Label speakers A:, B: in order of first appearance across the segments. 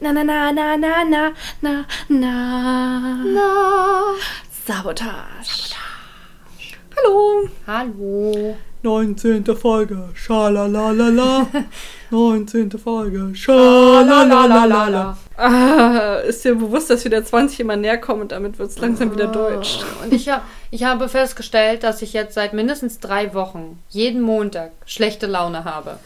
A: Na, na, na, na, na, na, na, na.
B: Na.
A: Sabotage. Hallo.
B: Hallo.
C: 19. Folge, schalalalala. 19. Folge, schalalalala.
A: Ah, ist dir bewusst, dass wir der 20 immer näher kommen und damit wird es langsam wieder deutsch.
B: Und ich, hab, ich habe festgestellt, dass ich jetzt seit mindestens drei Wochen jeden Montag schlechte Laune habe.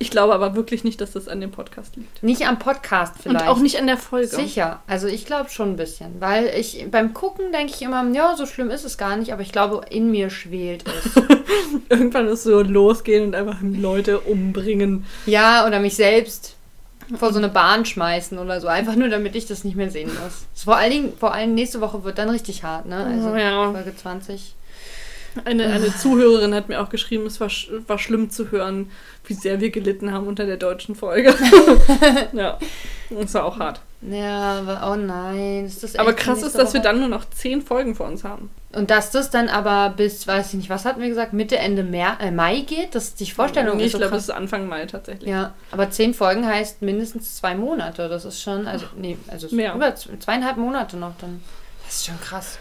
A: Ich glaube aber wirklich nicht, dass das an dem Podcast liegt.
B: Nicht am Podcast vielleicht.
A: Und auch nicht an der Folge.
B: Sicher. Also ich glaube schon ein bisschen. Weil ich beim Gucken denke ich immer, ja, so schlimm ist es gar nicht, aber ich glaube, in mir schwelt es.
A: Irgendwann ist so losgehen und einfach Leute umbringen.
B: ja, oder mich selbst vor so eine Bahn schmeißen oder so. Einfach nur, damit ich das nicht mehr sehen muss. Ist Vor allen Dingen, vor allem nächste Woche wird dann richtig hart, ne? Also
A: Oh, ja.
B: Folge 20.
A: Eine, eine Zuhörerin hat mir auch geschrieben, es war, sch war schlimm zu hören, wie sehr wir gelitten haben unter der deutschen Folge. ja, das war auch hart.
B: Ja, aber oh nein. Ist das
A: Aber
B: echt die
A: krass
B: nächste
A: ist, dass wir
B: Woche?
A: dann nur noch zehn Folgen vor uns haben.
B: Und dass das dann aber bis, weiß ich nicht, was hatten wir gesagt, Mitte, Ende Mer äh, Mai geht, dass die Vorstellung
A: Nee,
B: ist
A: ich
B: so
A: glaube,
B: krass.
A: es ist Anfang Mai tatsächlich.
B: Ja, aber zehn Folgen heißt mindestens zwei Monate. Das ist schon, also, nee, also es-
A: Mehr.
B: über z- zweieinhalb Monate noch dann. Das ist schon krass.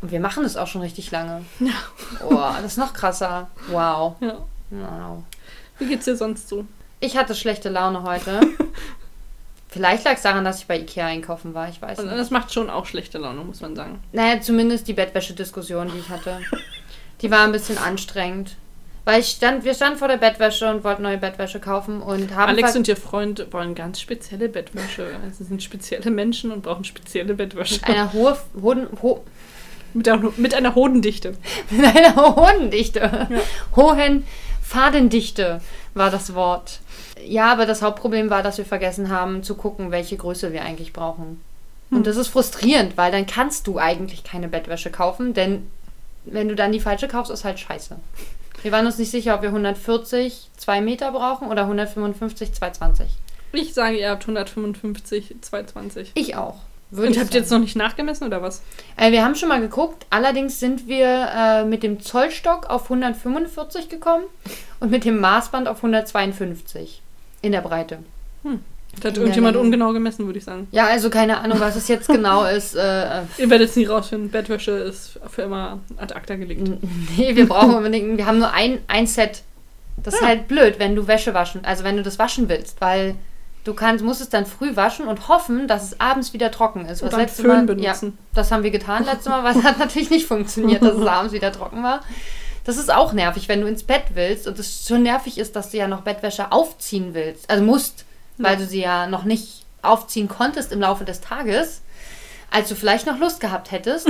B: Und wir machen das auch schon richtig lange.
A: Ja.
B: Oh, das ist noch krasser. Wow.
A: Ja.
B: Wow.
A: Wie geht's dir sonst so?
B: Ich hatte schlechte Laune heute. Vielleicht lag es daran, dass ich bei Ikea einkaufen war, ich weiß
A: Also
B: nicht.
A: das macht schon auch schlechte Laune, muss man sagen.
B: Naja, zumindest die Bettwäsche-Diskussion, die ich hatte. Die war ein bisschen anstrengend. Weil ich stand, wir standen vor der Bettwäsche und wollten neue Bettwäsche kaufen und haben.
A: Alex
B: ver-
A: und ihr Freund wollen ganz spezielle Bettwäsche. Also sind spezielle Menschen und brauchen spezielle Bettwäsche.
B: einer hohe, hohen, ho,
A: Mit, einer- mit einer Hodendichte.
B: mit einer hohen Dichte. Hohen Fadendichte war das Wort. Ja, aber das Hauptproblem war, dass wir vergessen haben zu gucken, welche Größe wir eigentlich brauchen.
A: Hm.
B: Und das ist frustrierend, weil dann kannst du eigentlich keine Bettwäsche kaufen, denn wenn du dann die falsche kaufst, ist halt scheiße. Wir waren uns nicht sicher, ob wir 140, 2 Meter brauchen oder 155, 220.
A: Ich sage, ihr habt 155, 220.
B: Ich auch. Würde
A: Und
B: ich
A: habt
B: sagen.
A: ihr jetzt noch nicht nachgemessen oder was?
B: Äh, wir haben schon mal geguckt, allerdings sind wir äh, mit dem Zollstock auf 145 gekommen und mit dem Maßband auf 152 in der Breite.
A: Da hat
B: Ja,
A: irgendjemand
B: ja.
A: ungenau gemessen, würde ich sagen.
B: Ja, also keine Ahnung, was es jetzt genau ist. Äh, äh,
A: Ihr werdet es nie rausfinden. Bettwäsche ist für immer ad acta
B: Mhm.
A: gelegt.
B: nee, wir brauchen unbedingt, wir haben nur ein, ein Set. Das
A: Ah.
B: ist halt blöd, wenn du Wäsche waschen, also wenn du das waschen willst, weil du kannst, musst es dann früh waschen und hoffen, dass es abends wieder trocken ist.
A: Und dann
B: letztes
A: Föhn
B: Mal,
A: benutzen.
B: Ja, das haben wir getan letztes Mal, weil es hat natürlich nicht funktioniert, dass es abends wieder trocken war. Das ist auch nervig, wenn du ins Bett willst und es schon nervig ist, dass du ja noch Bettwäsche aufziehen willst, also musst, weil du sie ja noch nicht aufziehen konntest im Laufe des Tages, als du vielleicht noch Lust gehabt hättest.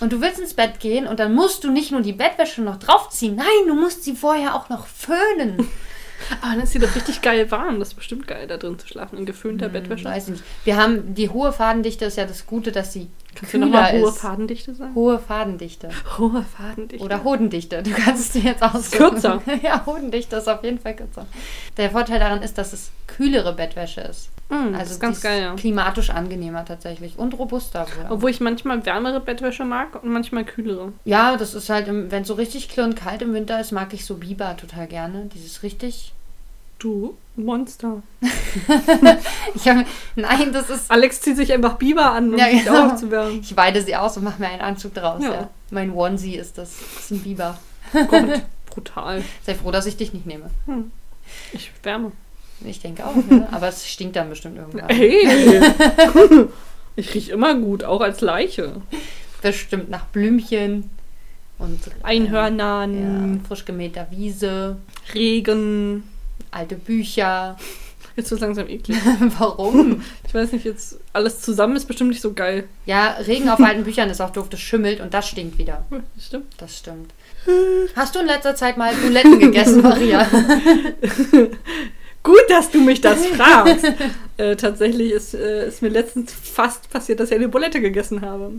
B: und du willst ins Bett gehen und dann musst du nicht nur die Bettwäsche noch draufziehen, nein, du musst sie vorher auch noch föhnen.
A: Aber Ah, dann ist sie doch richtig geil warm. Das ist bestimmt geil, da drin zu schlafen. In
B: Mhm.
A: geföhnter Bettwäsche.
B: Weiß nicht. Wir haben die hohe Fadendichte ist ja das Gute, dass sie
A: Kannst du nochmal
B: kühler
A: hohe
B: ist.
A: Fadendichte sagen?
B: Hohe Fadendichte.
A: Hohe Fadendichte.
B: Oder Hodendichte. Du kannst es dir jetzt aussuchen.
A: Kürzer.
B: ja, Hodendichte ist auf jeden Fall kürzer. Der Vorteil daran ist, dass es kühlere Bettwäsche ist.
A: Mm, das
B: also
A: ist ganz
B: die
A: geil, ja. Oh.
B: klimatisch angenehmer tatsächlich und robuster. wohl auch.
A: Obwohl ich manchmal wärmere Bettwäsche mag und manchmal kühlere.
B: Ja, das ist halt, wenn es so richtig klirrend kalt im Winter ist, mag ich so Biber total gerne. Dieses richtig.
A: Du Monster.
B: Ich hab, nein, das ist.
A: Alex zieht sich einfach Biber an, um
B: Ja,
A: sich
B: genau.
A: aufzuwärmen.
B: Ich weide sie aus und mache mir einen Anzug draus. Ja.
A: Ja.
B: Mein Onesie ist das. Das ist ein Biber.
A: Gott, brutal.
B: Sei froh, dass ich dich nicht nehme.
A: Ich wärme.
B: Ich denke auch, ne? aber es stinkt dann bestimmt irgendwann.
A: Hey! ich riech immer gut, auch als Leiche.
B: Bestimmt nach Blümchen und ähm,
A: Einhörnern,
B: Ja, frisch gemähter Wiese,
A: Regen.
B: alte Bücher.
A: Jetzt wird langsam eklig.
B: Warum?
A: Ich weiß nicht, jetzt alles zusammen ist bestimmt nicht so geil.
B: Ja, Regen auf alten Büchern ist auch doof, das schimmelt und das stinkt wieder.
A: Hm, Stimmt.
B: Das stimmt. Hast du in letzter Zeit mal Buletten gegessen, Maria?
A: Gut, dass du mich das fragst. äh, tatsächlich ist, äh, ist mir letztens fast passiert, dass ich eine Bulette gegessen habe.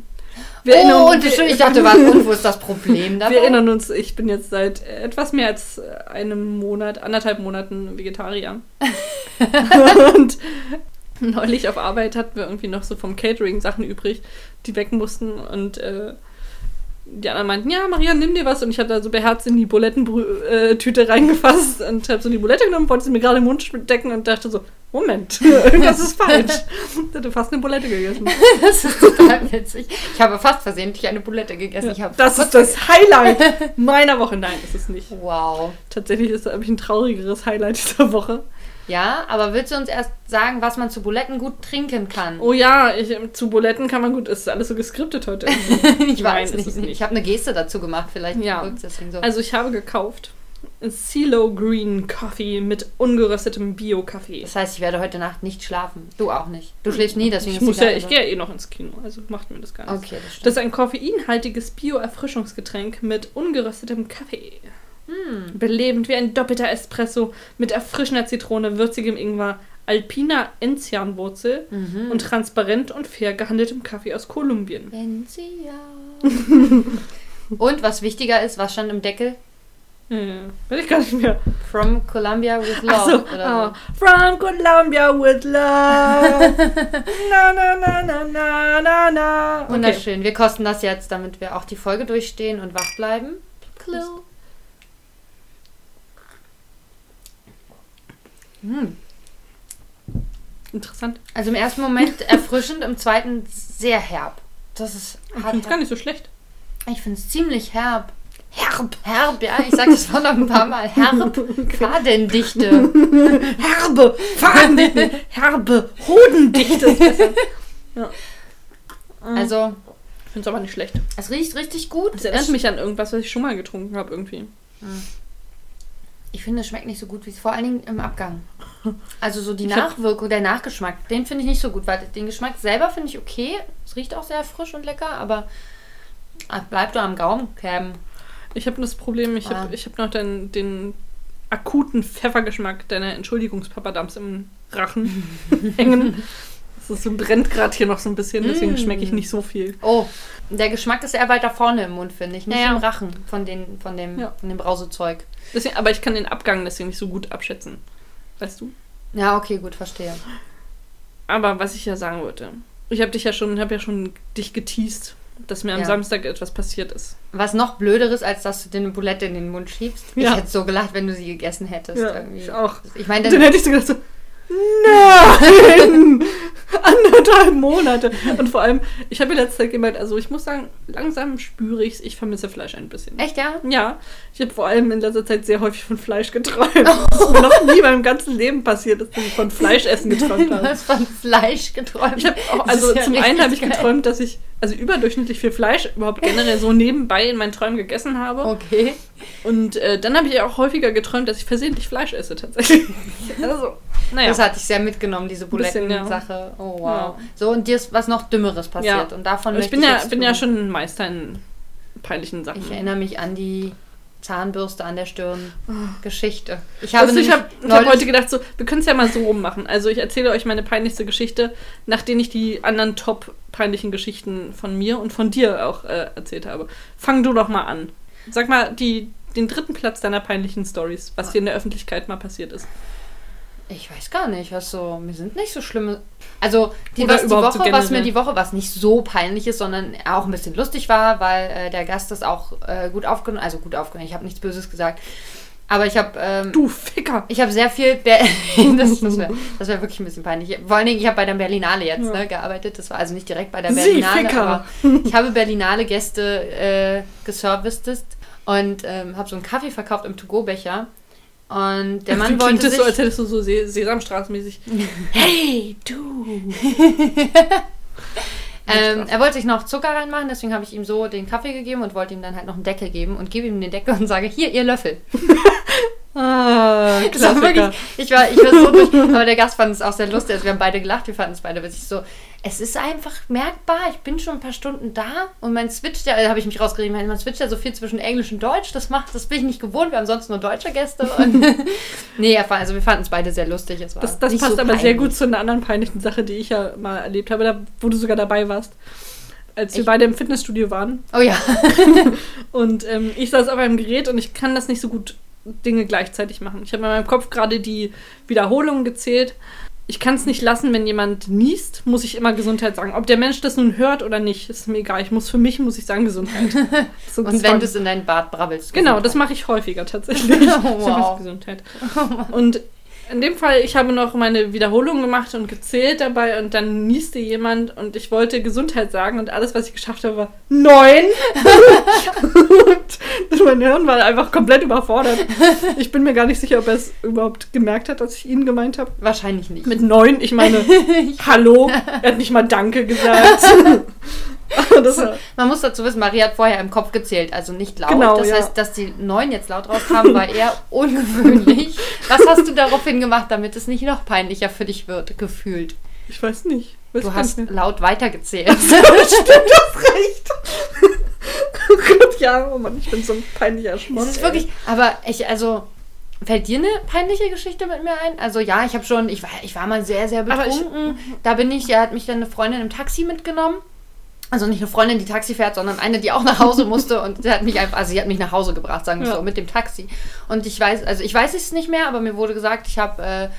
A: Wir erinnern-
B: oh, und
A: wir-
B: ich, ich dachte, was, und wo ist das Problem dabei?
A: Wir erinnern uns, ich bin jetzt seit etwas mehr als einem Monat, anderthalb Monaten Vegetarier. und neulich auf Arbeit hatten wir irgendwie noch so vom Catering Sachen übrig, die weg mussten und äh, die anderen meinten, ja, Maria, nimm dir was. Und ich habe da so beherzt in die Bulettentüte äh, Tüte reingefasst und habe so die Bulette genommen, wollte sie mir gerade im Mund stecken und dachte so, Moment, irgendwas ist falsch. Ich hätte fast eine Bulette gegessen.
B: Das ist total witzig. Ich habe fast versehentlich eine Bulette gegessen. Ich habe
A: Das ist das Highlight meiner Woche. Nein, ist es nicht.
B: Wow.
A: Tatsächlich ist habe ich ein traurigeres Highlight dieser Woche.
B: Ja, aber willst du uns erst sagen, was man zu Buletten gut trinken kann?
A: Oh ja, ich, ähm, zu Buletten kann man gut. Es ist alles so geskriptet heute.
B: ich
A: nein,
B: weiß
A: ist
B: nicht.
A: es nicht.
B: Ich habe eine Geste dazu gemacht, vielleicht
A: Ja.
B: wirkt's deswegen so.
A: Also ich habe gekauft CeeLo Green Coffee mit ungeröstetem Bio-Kaffee.
B: das heißt, ich werde heute Nacht nicht schlafen. Du auch nicht. Du schläfst nie, deswegen
A: Ich,
B: ist
A: muss
B: die
A: ja,
B: Gabel
A: ich
B: so.
A: gehe ja eh noch ins Kino, also macht mir das gar nichts.
B: Okay, das stimmt.
A: Das ist ein koffeinhaltiges Bio-Erfrischungsgetränk mit ungeröstetem Kaffee. Hm. Belebend wie ein doppelter Espresso mit erfrischender Zitrone, würzigem Ingwer, alpiner Enzianwurzel und transparent und fair gehandeltem Kaffee aus Kolumbien.
B: Wenn sie ja. Und was wichtiger ist, was stand im Deckel?
A: Äh, weiß ich gar nicht mehr.
B: From Colombia with Love.
A: Also,
B: oder so.
A: From Colombia with love. na, na, na, na, na, na, na. Okay.
B: Wunderschön. Wir kosten das jetzt, damit wir auch die Folge durchstehen und wach bleiben. Clue. Hm.
A: Interessant.
B: Also im ersten Moment erfrischend, im zweiten sehr herb. Das ist
A: Ich
B: hart.
A: finde es gar
B: herb.
A: nicht so schlecht.
B: Ich finde es ziemlich herb. Herb, herb, ja, ich sage das schon noch ein paar Mal. Herb, Fadendichte.
A: Herbe, Fadendichte, herbe, Hodendichte ist besser. Ja. Also,
B: Also,
A: ich finde es aber nicht schlecht.
B: es riecht richtig gut.
A: Es erinnert mich an irgendwas, was ich schon mal getrunken habe irgendwie.
B: Ich finde, es schmeckt nicht so gut wie es vor allen Dingen im Abgang. Also so die
A: Ich hab-
B: Nachwirkung, der Nachgeschmack, den finde ich nicht so gut, weil den Geschmack selber finde ich okay. Es riecht auch sehr frisch und lecker, aber ach, bleibt doch am Gaumen kleben.
A: Ich habe das Problem, ich
B: Ah.
A: habe ich hab noch den, den akuten Pfeffergeschmack deiner Entschuldigungspapadams im Rachen hängen. Das ist so, brennt gerade hier noch so ein bisschen, deswegen schmecke ich nicht so viel.
B: Oh, der Geschmack ist eher weiter vorne im Mund, finde ich. Nicht
A: Ja, ja.
B: im Rachen von, den, von, dem,
A: Ja.
B: von dem Brausezeug.
A: Deswegen, aber ich kann den Abgang deswegen nicht so gut abschätzen. Weißt du?
B: Ja, okay, gut, verstehe.
A: Aber was ich ja sagen wollte, ich habe dich ja schon, habe ja schon dich geteased, dass mir am
B: Ja.
A: Samstag etwas passiert ist.
B: Was noch blöderes, als dass du dir eine Bulette in den Mund schiebst.
A: Ja.
B: Ich hätte so gelacht, wenn du sie gegessen hättest. irgendwie.
A: ich auch.
B: Ich meine,
A: Dann
B: dann-
A: hätte ich so gedacht so, nein! Anderthalb Monate. Und vor allem, ich habe ja letzte Zeit gemerkt, also ich muss sagen, langsam spüre ich's, ich vermisse Fleisch ein bisschen.
B: echt, ja?
A: Ja, ich habe vor allem in letzter Zeit sehr häufig von Fleisch geträumt. Das ist mir noch nie in meinem ganzen Leben passiert, dass ich von Fleischessen geträumt
B: Du
A: habe.
B: hast von Fleisch geträumt.
A: Ich habe auch,
B: Oh, Das
A: also
B: ist ja
A: zum einen
B: richtig
A: habe ich
B: geil.
A: geträumt, dass ich also überdurchschnittlich viel Fleisch überhaupt generell so nebenbei in meinen Träumen gegessen habe.
B: Okay.
A: Und äh, dann habe ich auch häufiger geträumt, dass ich versehentlich Fleisch esse tatsächlich. Also, naja.
B: Das hatte ich sehr mitgenommen, diese
A: bisschen, ja.
B: Buletten-Sache. Oh,
A: Ja.
B: wow. So, und dir ist was noch Dümmeres passiert.
A: Ja.
B: Und davon
A: Aber ich
B: möchte
A: bin ja,
B: jetzt
A: bin ja
B: drüber-
A: schon ein Meister in peinlichen Sachen.
B: Ich erinnere mich an die Zahnbürste an der Stirn. Geschichte. Ich habe
A: also ich
B: nämlich
A: habe hab
B: neulich-
A: heute gedacht, so, wir können es ja mal so rummachen. Also ich erzähle euch meine peinlichste Geschichte, nachdem ich die anderen top peinlichen Geschichten von mir und von dir auch äh, erzählt habe. Fang du doch mal an. Sag mal die, den dritten Platz deiner peinlichen Stories, was dir in der Öffentlichkeit mal passiert ist.
B: Ich weiß gar nicht, was so, mir sind nicht so schlimme. Also die,
A: Oder
B: was, die
A: überhaupt so
B: Woche, was mir
A: generell.
B: die Woche, was nicht so peinlich ist, sondern auch ein bisschen lustig war, weil äh, der Gast das auch äh, gut aufgenommen, also gut aufgenommen, ich habe nichts Böses gesagt. Aber ich habe ähm,
A: Du Ficker!
B: ich habe sehr viel. Ber das das wäre das wär wirklich ein bisschen peinlich. Vor allen Dingen, ich habe bei der Berlinale jetzt ne, gearbeitet. Das war also nicht direkt bei der
A: Sie,
B: Berlinale,
A: Ficker!
B: aber ich habe Berlinale Gäste äh, geserviced und ähm, habe so einen Kaffee verkauft im To-Go-Becher. Und der Mann
A: Wie
B: wollte
A: klingt das
B: sich
A: so, als hättest du so Se- Sesamstraßenmäßig. hey, du!
B: Ähm,
A: Spaß.
B: er wollte sich noch Zucker reinmachen, deswegen habe ich ihm so den Kaffee gegeben und wollte ihm dann halt noch einen Deckel geben und gebe ihm den Deckel und sage, hier, ihr Löffel.
A: Ah,
B: Das war wirklich, ich war, ich war so durch, aber der Gast fand es auch sehr lustig. Also wir haben beide gelacht, wir fanden es beide witzig. So, es ist einfach merkbar, ich bin schon ein paar Stunden da und man switcht ja, da habe ich mich rausgerieben, man switcht ja so viel zwischen Englisch und Deutsch, das macht, das bin ich nicht gewohnt, wir haben sonst nur deutsche Gäste. Und nee, er fand- also wir fanden es beide sehr lustig. Es war
A: Das, das
B: nicht
A: passt
B: so
A: aber sehr
B: peinlich.
A: gut zu einer anderen peinlichen Sache, die ich ja mal erlebt habe, da, wo du sogar dabei warst. Als wir
B: Ich-
A: beide im Fitnessstudio waren
B: Oh ja.
A: und ähm, ich saß auf einem Gerät und ich kann das nicht so gut Dinge gleichzeitig machen. Ich habe in meinem Kopf gerade die Wiederholungen gezählt. Ich kann es nicht lassen, wenn jemand niest, muss ich immer Gesundheit sagen. Ob der Mensch das nun hört oder nicht, ist mir egal. Ich muss für mich muss ich sagen Gesundheit. So
B: Und wenn
A: Zwang.
B: du es in deinen Bart brabbelst.
A: Genau, das mache ich häufiger tatsächlich.
B: Wow.
A: Gesundheit. Und In dem Fall, ich habe noch meine Wiederholung gemacht und gezählt dabei und dann nieste jemand und ich wollte Gesundheit sagen und alles, was ich geschafft habe, war neun. und mein Hirn war einfach komplett überfordert. Ich bin mir gar nicht sicher, ob er es überhaupt gemerkt hat, dass ich ihn gemeint habe.
B: Wahrscheinlich nicht.
A: Mit neun, ich meine, hallo, er hat nicht mal Danke gesagt. das war,
B: Man muss dazu wissen, Marie hat vorher im Kopf gezählt, also nicht laut.
A: Genau,
B: das
A: ja.
B: heißt, dass die neun jetzt laut rauskamen, war eher ungewöhnlich. Was hast du daraufhin gemacht, damit es nicht noch peinlicher für dich wird, gefühlt?
A: ich weiß nicht. Weiß
B: Du
A: gar
B: hast
A: nicht mehr.
B: laut weitergezählt.
A: Oh Gott, ja, oh Mann, ich bin so ein peinlicher Schmutz.
B: Das ist wirklich, aber ich, also, fällt dir eine peinliche Geschichte mit mir ein? Also ja, ich habe schon, ich war, ich war mal sehr, sehr
A: Aber ich- Mhm.
B: betrunken. da bin ich, ja, hat mich dann eine Freundin im Taxi mitgenommen. Also nicht eine Freundin, die Taxi fährt, sondern eine, die auch nach Hause musste und sie hat mich einfach, also sie hat mich nach Hause gebracht, sagen wir
A: Ja.
B: so, mit dem Taxi. Und ich weiß, also ich weiß es nicht mehr, aber mir wurde gesagt, ich habe äh,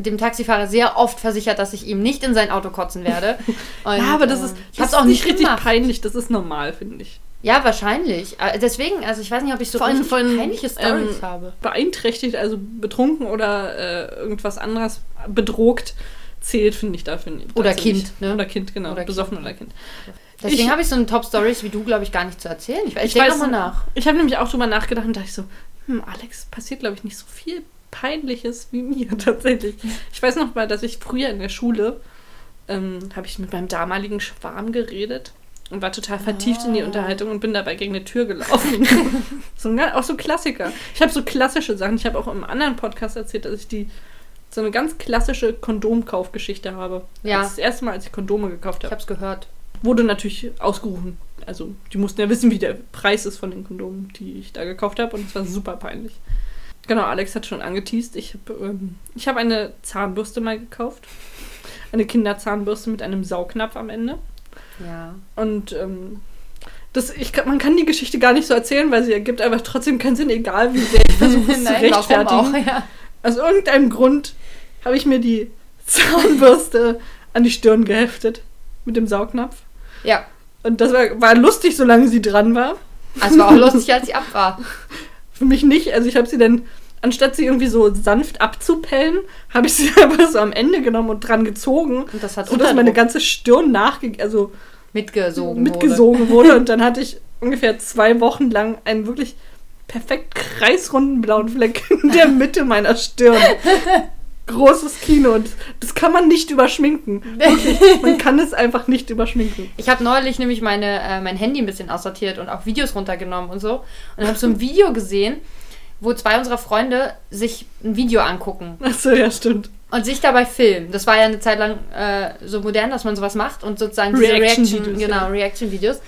B: dem Taxifahrer sehr oft versichert, dass ich ihm nicht in sein Auto kotzen werde. Und,
A: Ja, aber das
B: äh,
A: ist,
B: ich
A: das
B: hab's
A: ist
B: auch nicht
A: richtig
B: gemacht.
A: peinlich, das ist normal, finde ich.
B: Ja, wahrscheinlich. Äh, Deswegen, also ich weiß nicht, ob ich so
A: Vor allem
B: richtig
A: von,
B: peinliche Stories
A: ähm,
B: habe.
A: Beeinträchtigt, also betrunken oder äh, irgendwas anderes bedroht, zählt, finde ich dafür nicht.
B: Oder
A: dazu
B: Kind,
A: nicht.
B: ne?
A: Oder Kind, genau.
B: Oder Kind.
A: Besoffen oder Kind.
B: Deswegen
A: Ich-
B: habe ich so eine Top Stories wie du, glaube ich, gar nicht zu erzählen. Ich, ich
A: weiß
B: denke nochmal nach.
A: Ich habe nämlich auch drüber nachgedacht und dachte so, hm, Alex, passiert, glaube ich, nicht so viel Peinliches wie mir tatsächlich. Ich weiß noch mal, dass ich früher in der Schule, ähm, habe ich mit meinem damaligen Schwarm geredet und war total vertieft
B: Ah.
A: in die Unterhaltung und bin dabei gegen eine Tür gelaufen. so ein, ganz- auch so Klassiker. Ich habe so klassische Sachen. Ich habe auch im anderen Podcast erzählt, dass ich die so eine ganz klassische Kondomkaufgeschichte habe.
B: Ja.
A: Das erste Mal, als ich Kondome gekauft
B: Ich
A: habe
B: habe es gehört.
A: wurde natürlich ausgerufen. Also die mussten ja wissen, wie der Preis ist von den Kondomen, die ich da gekauft habe. Und es war super peinlich. Genau, Alex hat schon angeteased. Ich habe ähm, ich hab eine Zahnbürste mal gekauft. Eine Kinderzahnbürste mit einem Saugnapf am Ende.
B: Ja.
A: Und ähm, das, ich, kann- man kann die Geschichte gar nicht so erzählen, weil sie ergibt einfach trotzdem keinen Sinn, egal wie sehr ich versuche es zu
B: Nein, warum
A: rechtfertigen.
B: auch? Ja.
A: Aus irgendeinem Grund habe ich mir die Zahnbürste an die Stirn geheftet mit dem Saugnapf.
B: ja.
A: Und das war, war lustig, solange sie dran war.
B: Also war auch lustig, als ich ab war.
A: Für mich nicht. Also ich habe sie dann, anstatt sie irgendwie so sanft abzupellen, habe ich sie einfach so am Ende genommen und dran gezogen.
B: Und das hat
A: Sodass meine
B: Unterdruck
A: ganze Stirn nachge also
B: mitgesogen. Wurde.
A: mitgesogen wurde. Und dann hatte ich ungefähr zwei Wochen lang einen wirklich perfekt kreisrunden blauen Fleck in der Mitte meiner Stirn. Großes Kino und das kann man nicht überschminken. Wirklich, man kann es einfach nicht überschminken.
B: Ich habe neulich nämlich meine, äh, mein Handy ein bisschen aussortiert und auch Videos runtergenommen und so. Und habe so ein Video gesehen, wo zwei unserer Freunde sich ein Video angucken.
A: Achso, ja, stimmt.
B: Und sich dabei filmen. Das war ja eine Zeit lang äh, so modern, dass man sowas macht und sozusagen diese
A: Reaction-Videos,
B: Reaction, genau,
A: ja.
B: Reaction-Videos.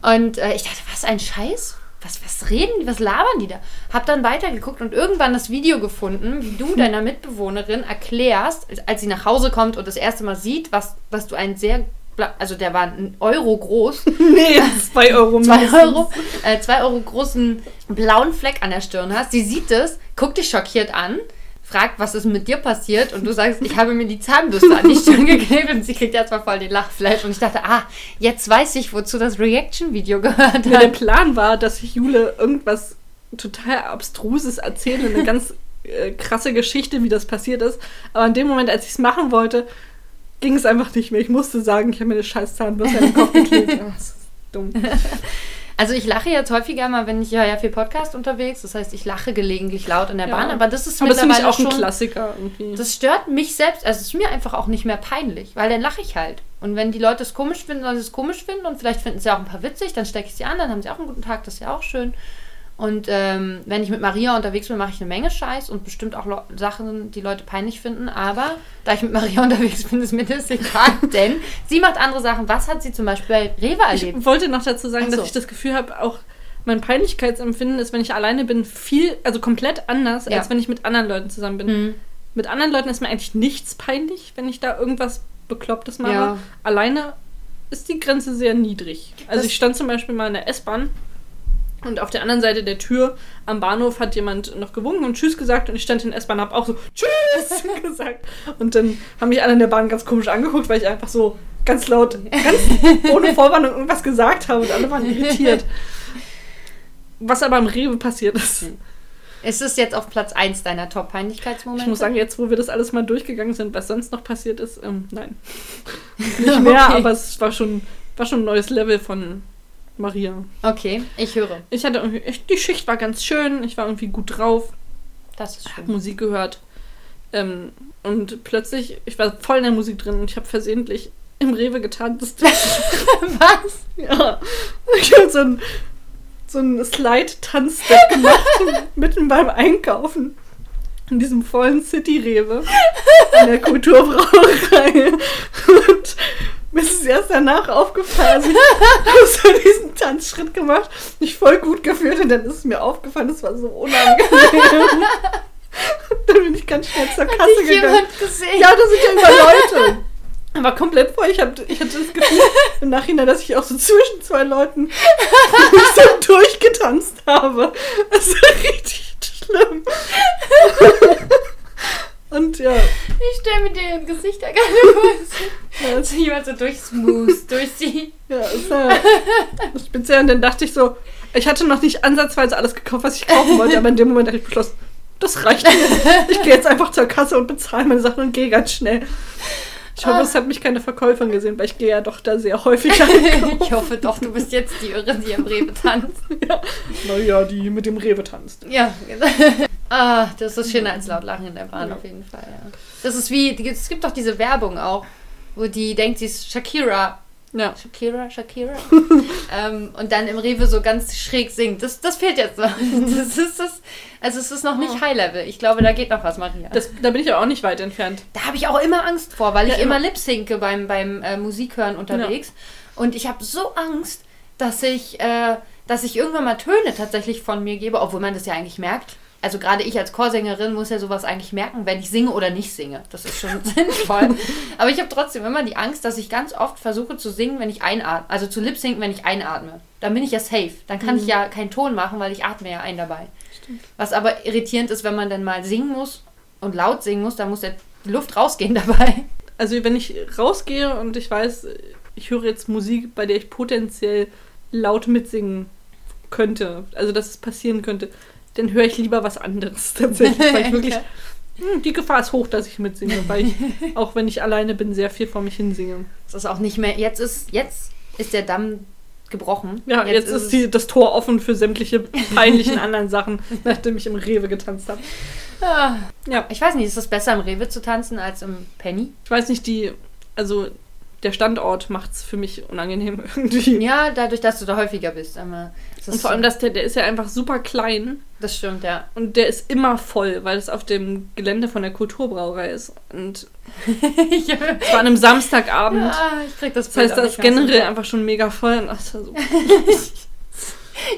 B: Und äh, ich dachte, was ein Scheiß? Was, was reden die? Was labern die da? Hab dann weitergeguckt und irgendwann das Video gefunden, wie
A: Hm.
B: du deiner Mitbewohnerin erklärst, als- als sie nach Hause kommt und das erste Mal sieht, was, was du ein sehr, bla- also der war ein Euro groß,
A: Nee, zwei Euro
B: zwei
A: mindestens.
B: Euro, äh, zwei Euro großen blauen Fleck an der Stirn hast. Sie sieht es, guckt dich schockiert an, fragt, was ist mit dir passiert und du sagst, ich habe mir die Zahnbürste an die Stirn geklebt und sie kriegt erstmal voll den Lachflash und ich dachte, ah, jetzt weiß ich, wozu das Reaction-Video gehört
A: Ja, der
B: hat.
A: Plan war, dass ich Jule irgendwas total Abstruses erzähle, eine ganz äh, krasse Geschichte, wie das passiert ist. Aber in dem Moment, als ich es machen wollte, ging es einfach nicht mehr. Ich musste sagen, ich habe mir eine scheiß Zahnbürste an den Kopf geklebt. Ja, das ist dumm.
B: Also ich lache jetzt häufiger mal, wenn ich ja, ja viel Podcast unterwegs, das heißt, ich lache gelegentlich laut in der
A: Ja.
B: Bahn, aber das ist
A: Aber das finde ich
B: mittlerweile
A: auch ein
B: schon...
A: Klassiker irgendwie.
B: Mhm. Das stört mich selbst, also es ist mir einfach auch nicht mehr peinlich, weil dann lache ich halt. Und wenn die Leute es komisch finden, sollen sie es komisch finden und vielleicht finden sie auch ein paar witzig, dann stecke ich sie an, dann haben sie auch einen guten Tag, das ist ja auch schön. Und ähm, wenn ich mit Maria unterwegs bin, mache ich eine Menge Scheiß und bestimmt auch Lo Sachen, die Leute peinlich finden. Aber da ich mit Maria unterwegs bin, ist mir das egal, denn sie macht andere Sachen. Was hat sie zum Beispiel bei Rewe erlebt?
A: ich wollte noch dazu sagen,
B: Ach so.
A: dass ich das Gefühl habe, auch mein Peinlichkeitsempfinden ist, wenn ich alleine bin, viel, also komplett anders,
B: Ja.
A: als wenn ich mit anderen Leuten zusammen bin.
B: Hm.
A: Mit anderen Leuten ist mir eigentlich nichts peinlich, wenn ich da irgendwas Beklopptes mache.
B: Ja.
A: Alleine ist die Grenze sehr niedrig. Also
B: Das-
A: ich stand zum Beispiel mal in der S-Bahn und auf der anderen Seite der Tür am Bahnhof hat jemand noch gewunken und Tschüss gesagt und ich stand in der S-Bahn und habe auch so Tschüss gesagt. Und dann haben mich alle in der Bahn ganz komisch angeguckt, weil ich einfach so ganz laut, ganz ohne Vorwarnung irgendwas gesagt habe und alle waren irritiert. Was aber im Rewe passiert ist.
B: Ist es jetzt auf Platz 1 deiner Top-Peinlichkeitsmomente?
A: Ich muss sagen, jetzt, wo wir das alles mal durchgegangen sind, was sonst noch passiert ist, ähm, nein. Nicht mehr,
B: Okay.
A: aber es war schon, war schon ein neues Level von Maria.
B: Okay, ich höre.
A: Ich hatte irgendwie, ich, die Schicht war ganz schön, ich war irgendwie gut drauf,
B: Das ist
A: hab
B: schön.
A: Musik gehört. Ähm, und plötzlich, ich war voll in der Musik drin und ich habe versehentlich im Rewe getanzt.
B: Was?
A: ja. Ich habe so ein, so ein Slide-Tanzstep gemacht, mitten beim Einkaufen. In diesem vollen City-Rewe. In der Kulturbrauerei. Und mir ist es erst danach aufgefallen. Also ich habe so diesen Tanzschritt gemacht, mich voll gut gefühlt und dann ist es mir aufgefallen, das war so unangenehm. dann bin ich ganz schnell zur
B: Hat
A: Kasse
B: dich
A: gegangen.
B: jemand gesehen?
A: Ja, da sind ja immer Leute. Aber komplett voll. Ich, hab, ich hatte das Gefühl im Nachhinein, dass ich auch so zwischen zwei Leuten mich so durchgetanzt habe. Es war richtig schlimm. Und ja,
B: Ich stelle mir dir im Gesicht da gerade vor.
A: ja,
B: Als jemand so durchsmooth, durch sie.
A: Ja, ist ja speziell. Und dann dachte ich so, ich hatte noch nicht ansatzweise alles gekauft, was ich kaufen wollte, aber in dem Moment habe ich beschlossen, das reicht mir. Ich gehe jetzt einfach zur Kasse und bezahle meine Sachen und gehe ganz schnell. Ich hoffe, es hat mich keine Verkäuferin gesehen, weil ich gehe ja doch da sehr häufig einkaufen.
B: Ich hoffe doch, du bist jetzt die Irre, die am Rewe tanzt.
A: Naja, die mit dem Rewe tanzt.
B: Ja.
A: genau.
B: Ah, das ist schöner als laut lachen in der Bahn auf jeden Fall. Ja. Das ist wie, die- es gibt doch diese Werbung auch, wo die denkt, sie ist Shakira.
A: Ja.
B: Shakira, Shakira. ähm, und dann im Rewe so ganz schräg singt. Das, das fehlt jetzt noch. Das ist das, also es ist noch nicht High-Level. Ich glaube, da geht noch was, Maria.
A: Oh. Das, da bin ich ja auch nicht weit entfernt.
B: Da habe ich auch immer Angst vor, weil
A: Ja,
B: ich immer
A: immer.
B: lip-synke beim, beim äh, Musikhören unterwegs. Und ich habe so Angst, dass ich, äh, dass ich irgendwann mal Töne tatsächlich von mir gebe, obwohl man das ja eigentlich merkt. Also gerade ich als Chorsängerin muss ja sowas eigentlich merken, wenn ich singe oder nicht singe. Das ist schon sinnvoll. Aber ich habe trotzdem immer die Angst, dass ich ganz oft versuche zu singen, wenn ich einatme. Also zu lip-sinken, wenn ich einatme. Dann bin ich ja safe. Dann kann ich ja keinen Ton machen, weil ich atme ja ein dabei. Was aber irritierend ist, wenn man dann mal singen muss und laut singen muss, dann muss der die Luft rausgehen dabei.
A: Also wenn ich rausgehe und ich weiß, ich höre jetzt Musik, bei der ich potenziell laut mitsingen könnte, also dass es passieren könnte, dann höre ich lieber was anderes tatsächlich, weil ich wirklich hm, die Gefahr ist hoch, dass ich mitsinge, weil ich auch wenn ich alleine bin sehr viel vor mich hin singe.
B: Das ist auch nicht mehr. Jetzt ist, jetzt ist der Damm gebrochen.
A: Ja, jetzt,
B: es-
A: ist die, das Tor offen für sämtliche peinlichen anderen Sachen, nachdem ich im Rewe getanzt habe.
B: Ah.
A: Ja.
B: Ich weiß nicht, ist es besser im Rewe zu tanzen als im Penny?
A: Ich weiß nicht, die also der Standort macht's für mich unangenehm irgendwie.
B: Ja, dadurch, dass du da häufiger bist. Aber es ist
A: Und vor allem,
B: so-
A: dass der, der ist ja einfach super klein
B: das stimmt, ja.
A: und der ist immer voll, weil es auf dem Gelände von der Kulturbrauerei ist. Und
B: ich,
A: es war an einem Samstagabend.
B: ah, ich krieg das
A: Das heißt,
B: Bild auch
A: da ist
B: nicht ganz
A: generell einfach schon mega voll. Und das war so,
B: hin.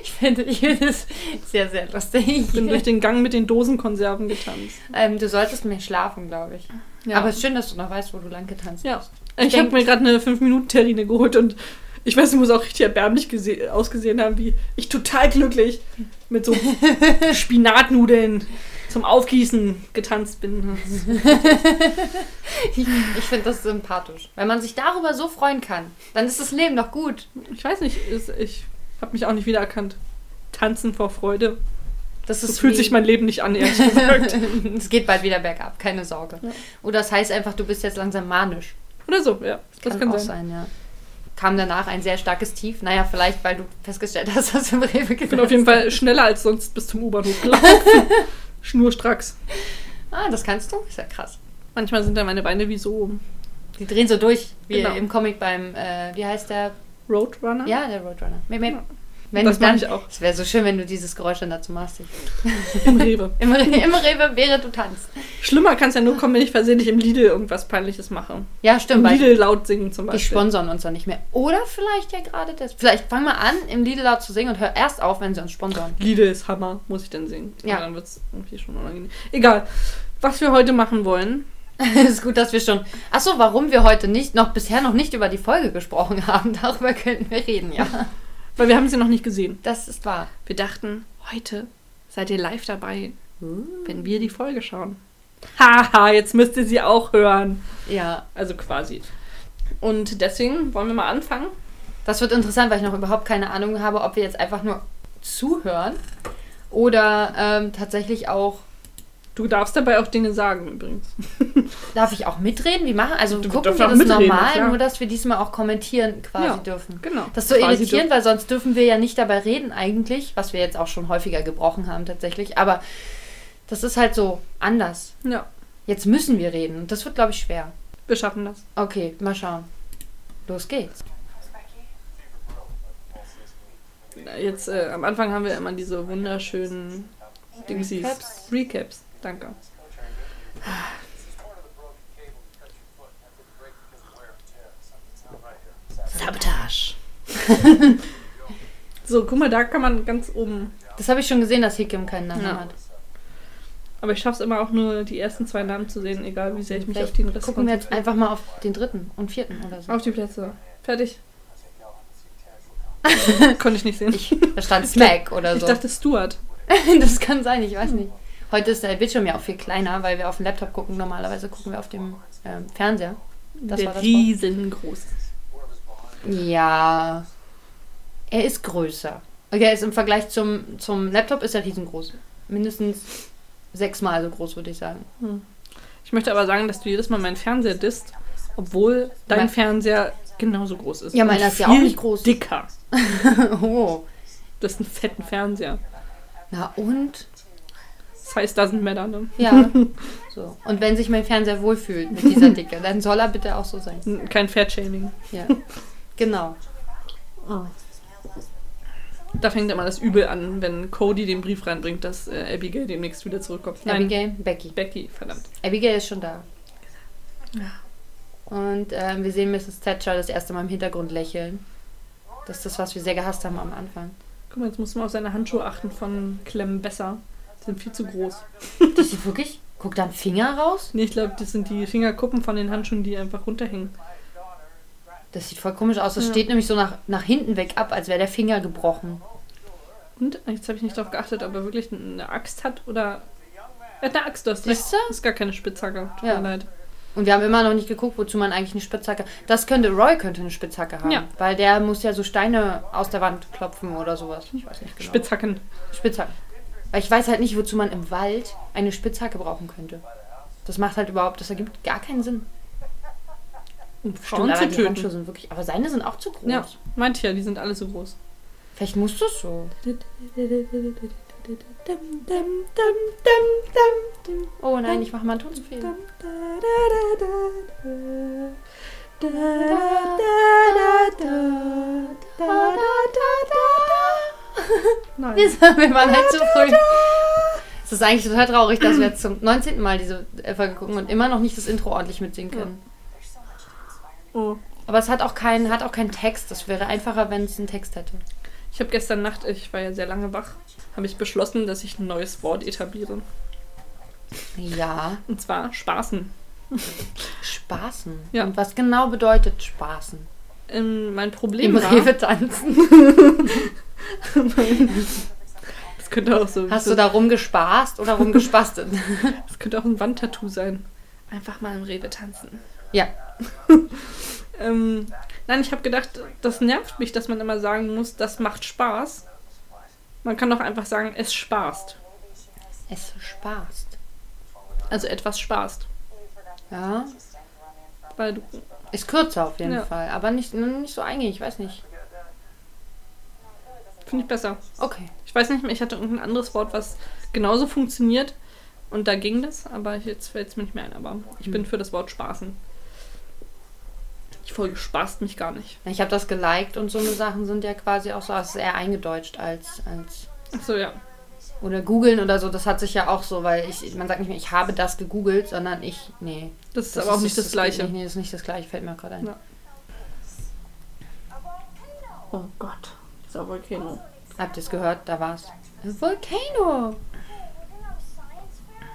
B: Ich finde ich finde es sehr, sehr lustig.
A: ich bin durch den Gang mit den Dosenkonserven getanzt.
B: ähm, du solltest mehr schlafen, glaube ich.
A: Ja.
B: Aber es ist schön, dass du noch weißt, wo du lang getanzt
A: Ja.
B: hast.
A: Ich habe
B: denk-
A: mir gerade eine 5-Minuten-Terrine geholt und ich weiß, es muss auch richtig erbärmlich gese- ausgesehen haben, wie ich total glücklich mit so Spinatnudeln zum Aufgießen getanzt bin.
B: Ich, ich finde das sympathisch. Wenn man sich darüber so freuen kann, dann ist das Leben doch gut.
A: Ich weiß nicht, ist, ich habe mich auch nicht wiedererkannt. Tanzen vor Freude.
B: Das
A: So
B: ist
A: fühlt
B: wie-
A: sich mein Leben nicht an, ehrlich gesagt.
B: es geht bald wieder bergab, keine Sorge. Oder es heißt einfach, du bist jetzt langsam manisch.
A: Oder so, ja. Das kann,
B: auch
A: sein.
B: sein. ja. Kam danach ein sehr starkes Tief. Naja, vielleicht, weil du festgestellt hast, dass du im Rewe
A: Ich bin auf jeden Fall schneller als sonst bis zum U-Bahnhof gelaufen. Schnurstracks.
B: Ah, das kannst du? Ist ja krass.
A: Manchmal sind dann meine Beine wie so
B: Die drehen so durch, wie
A: Genau.
B: im Comic beim, äh, wie heißt der?
A: Roadrunner.
B: Ja, der Roadrunner. Mäh, mäh.
A: Ja.
B: Hm? Wenn
A: Das
B: du dann,
A: mach ich auch.
B: Es wäre so schön, wenn du dieses Geräusch dann dazu machst. Ich,
A: Im Rewe.
B: Im, Re Im Rewe, während du tanzt.
A: Schlimmer kann es ja nur kommen, wenn ich versehentlich im Lidl irgendwas Peinliches mache.
B: Ja,
A: Im
B: stimmt. weil-
A: Lidl laut singen zum
B: Die
A: Beispiel.
B: sponsern uns dann nicht mehr. Oder vielleicht ja gerade das. Vielleicht fang mal an, im Lidl laut zu singen und hör erst auf, wenn sie uns sponsern.
A: Lidl ist Hammer, muss ich dann singen.
B: Ja.
A: Ja. Dann wird es irgendwie schon unangenehm. Egal. Was wir heute machen wollen,
B: ist gut, dass wir schon. Achso, warum wir heute nicht, noch bisher noch nicht über die Folge gesprochen haben. Darüber können wir reden, ja.
A: weil wir haben sie noch nicht gesehen.
B: Das ist wahr.
A: Wir dachten, heute seid ihr live dabei,
B: Hm.
A: wenn wir die Folge schauen. Haha, jetzt müsst ihr sie auch hören.
B: Ja.
A: Also quasi. Und deswegen wollen wir mal anfangen.
B: Das wird interessant, weil ich noch überhaupt keine Ahnung habe, ob wir jetzt einfach nur zuhören Oder ähm, tatsächlich auch,
A: Du darfst dabei auch Dinge sagen übrigens.
B: darf ich auch mitreden? Wie machen? Also
A: Du
B: gucken
A: darfst
B: wir
A: auch
B: das
A: mitreden,
B: normal,
A: klar.
B: nur dass wir diesmal auch kommentieren quasi
A: Ja.
B: dürfen.
A: Genau.
B: Das ist so
A: Quasi
B: irritierend, weil sonst dürfen wir ja nicht dabei reden eigentlich, was wir jetzt auch schon häufiger gebrochen haben tatsächlich. Aber das ist halt so anders.
A: du- Ja,
B: Jetzt müssen wir reden. Und Das wird, glaube ich, schwer.
A: wir schaffen das.
B: Okay, mal schauen. Los geht's.
A: Jetzt äh, am Anfang haben wir immer diese wunderschönen Dingsies.
B: Recaps.
A: Recaps. Danke.
B: Sabotage.
A: So, guck mal, da kann man ganz oben.
B: Das habe ich schon gesehen, dass Hikim keinen Namen
A: Ja.
B: hat.
A: Aber ich schaff's immer auch nur, die ersten zwei Namen zu sehen, egal wie sehr ich mich
B: Vielleicht
A: auf den Rest
B: gucken wir jetzt
A: konzentriere.
B: einfach mal auf den dritten und vierten oder so.
A: Auf die Plätze. Fertig. Konnte ich nicht sehen. Ich,
B: Da stand Smack oder so.
A: dachte Stuart.
B: das kann sein, ich weiß nicht. Heute ist der Bildschirm ja auch viel kleiner, weil wir auf dem Laptop gucken. Normalerweise gucken wir auf dem ähm, Fernseher. Das war das Wort.
A: riesengroß.
B: Ja. Er ist größer. Okay, er ist im Vergleich zum, zum Laptop ist er riesengroß. Mindestens sechsmal so groß, würde ich sagen.
A: Ich möchte aber sagen, dass du jedes Mal meinen Fernseher disst, obwohl dein
B: Mein-
A: Fernseher genauso groß ist.
B: Ja, meiner
A: Und
B: ist ja auch
A: viel
B: nicht groß.
A: dicker.
B: oh.
A: Das ist ein fetten Fernseher.
B: Na und?
A: Das heißt, doesn't matter, ne?
B: Ja. So. Und wenn sich mein Fernseher wohlfühlt mit dieser Dicke, dann soll er bitte auch so sein.
A: Kein Fair-Shaming.
B: Ja. Genau.
A: Da fängt immer das Übel an, wenn Cody den Brief reinbringt, dass äh, Abigail demnächst wieder zurückkommt. Nein,
B: Abigail, Becky.
A: Becky, verdammt.
B: Abigail ist schon da. Und ähm, wir sehen Mrs. Thatcher das erste Mal im Hintergrund lächeln. Das ist das, was wir sehr gehasst haben am Anfang.
A: Guck mal, jetzt muss man auf seine Handschuhe achten von Clem besser. Die sind viel zu groß.
B: Das sieht wirklich. Guckt da ein Finger raus?
A: Nee, ich glaube, das sind die Fingerkuppen von den Handschuhen, die einfach runterhängen.
B: Das sieht voll komisch aus. Das steht nämlich so nach, nach hinten weg ab, als wäre der Finger gebrochen.
A: Und, jetzt habe ich nicht darauf geachtet, ob er wirklich eine Axt hat oder... Er hat eine Axt, du hast
B: Siehst
A: recht.
B: du?
A: ist gar keine Spitzhacke, tut
B: Ja.
A: mir leid.
B: Und wir haben immer noch nicht geguckt, wozu man eigentlich eine Spitzhacke. Das könnte Roy könnte eine Spitzhacke haben,
A: Ja.
B: weil der muss ja so Steine aus der Wand klopfen oder sowas. Ich weiß nicht genau.
A: Spitzhacken.
B: Spitzhacke. Weil ich weiß halt nicht, wozu man im Wald eine Spitzhacke brauchen könnte. Das macht halt überhaupt, das ergibt gar keinen Sinn.
A: Um Frauen
B: Stimmt, aber
A: zu
B: die Handschuhe
A: töten.
B: sind wirklich, aber seine sind auch zu groß.
A: Ja, meint ja, die sind alle so groß.
B: Vielleicht musst du es so. Oh nein, ich mache mal einen Ton zu viel.
A: Nein.
B: Wir waren halt zu früh. Es ist eigentlich total traurig, dass wir jetzt zum 19. Mal diese Folge gucken und immer noch nicht das Intro ordentlich mitsingen können.
A: Oh.
B: Aber es hat auch keinen, hat auch keinen Text. Es wäre einfacher, wenn es einen Text hätte.
A: Ich habe gestern Nacht, ich war ja sehr lange wach, habe ich beschlossen, dass ich ein neues Wort etabliere.
B: Ja,
A: Und zwar Spaßen.
B: Spaßen.
A: Ja.
B: Und was genau bedeutet Spaßen?
A: Ähm, mein Problem
B: Im
A: war,
B: Rewe tanzen.
A: das könnte auch so,
B: Hast du da rumgespaßt oder rumgespastet?
A: das könnte auch ein Wandtattoo sein. Einfach mal im Rewe tanzen.
B: ja.
A: Ähm, nein, ich habe gedacht, das nervt mich, dass man immer sagen muss, das macht Spaß. Man kann doch einfach sagen, es spaßt.
B: Es spaßt.
A: Also etwas spaßt.
B: Ja.
A: Weil du,
B: Ist kürzer auf jeden
A: Ja.
B: Fall, aber nicht, nicht so eingängig, ich weiß nicht.
A: finde ich besser.
B: Okay.
A: Ich weiß nicht mehr, ich hatte irgendein anderes Wort, was genauso funktioniert. Und da ging das, aber jetzt fällt es mir nicht mehr ein. Aber ich bin für das Wort Spaßen. Die Folge spaßt mich gar nicht.
B: Ich habe das geliked und so eine Sachen sind ja quasi auch so, es ist eher eingedeutscht als, als
A: Achso, ja.
B: oder googeln oder so, das hat sich ja auch so, weil ich, man sagt nicht mehr, ich habe das gegoogelt, sondern ich, nee.
A: Das ist aber auch nicht das,
B: geht
A: Gleiche.
B: Nicht, nee, das ist nicht das Gleiche, fällt mir gerade ein.
A: Ja. Oh Gott, dieser Volcano.
B: Habt ihr es gehört? Da war's. Ein Volcano!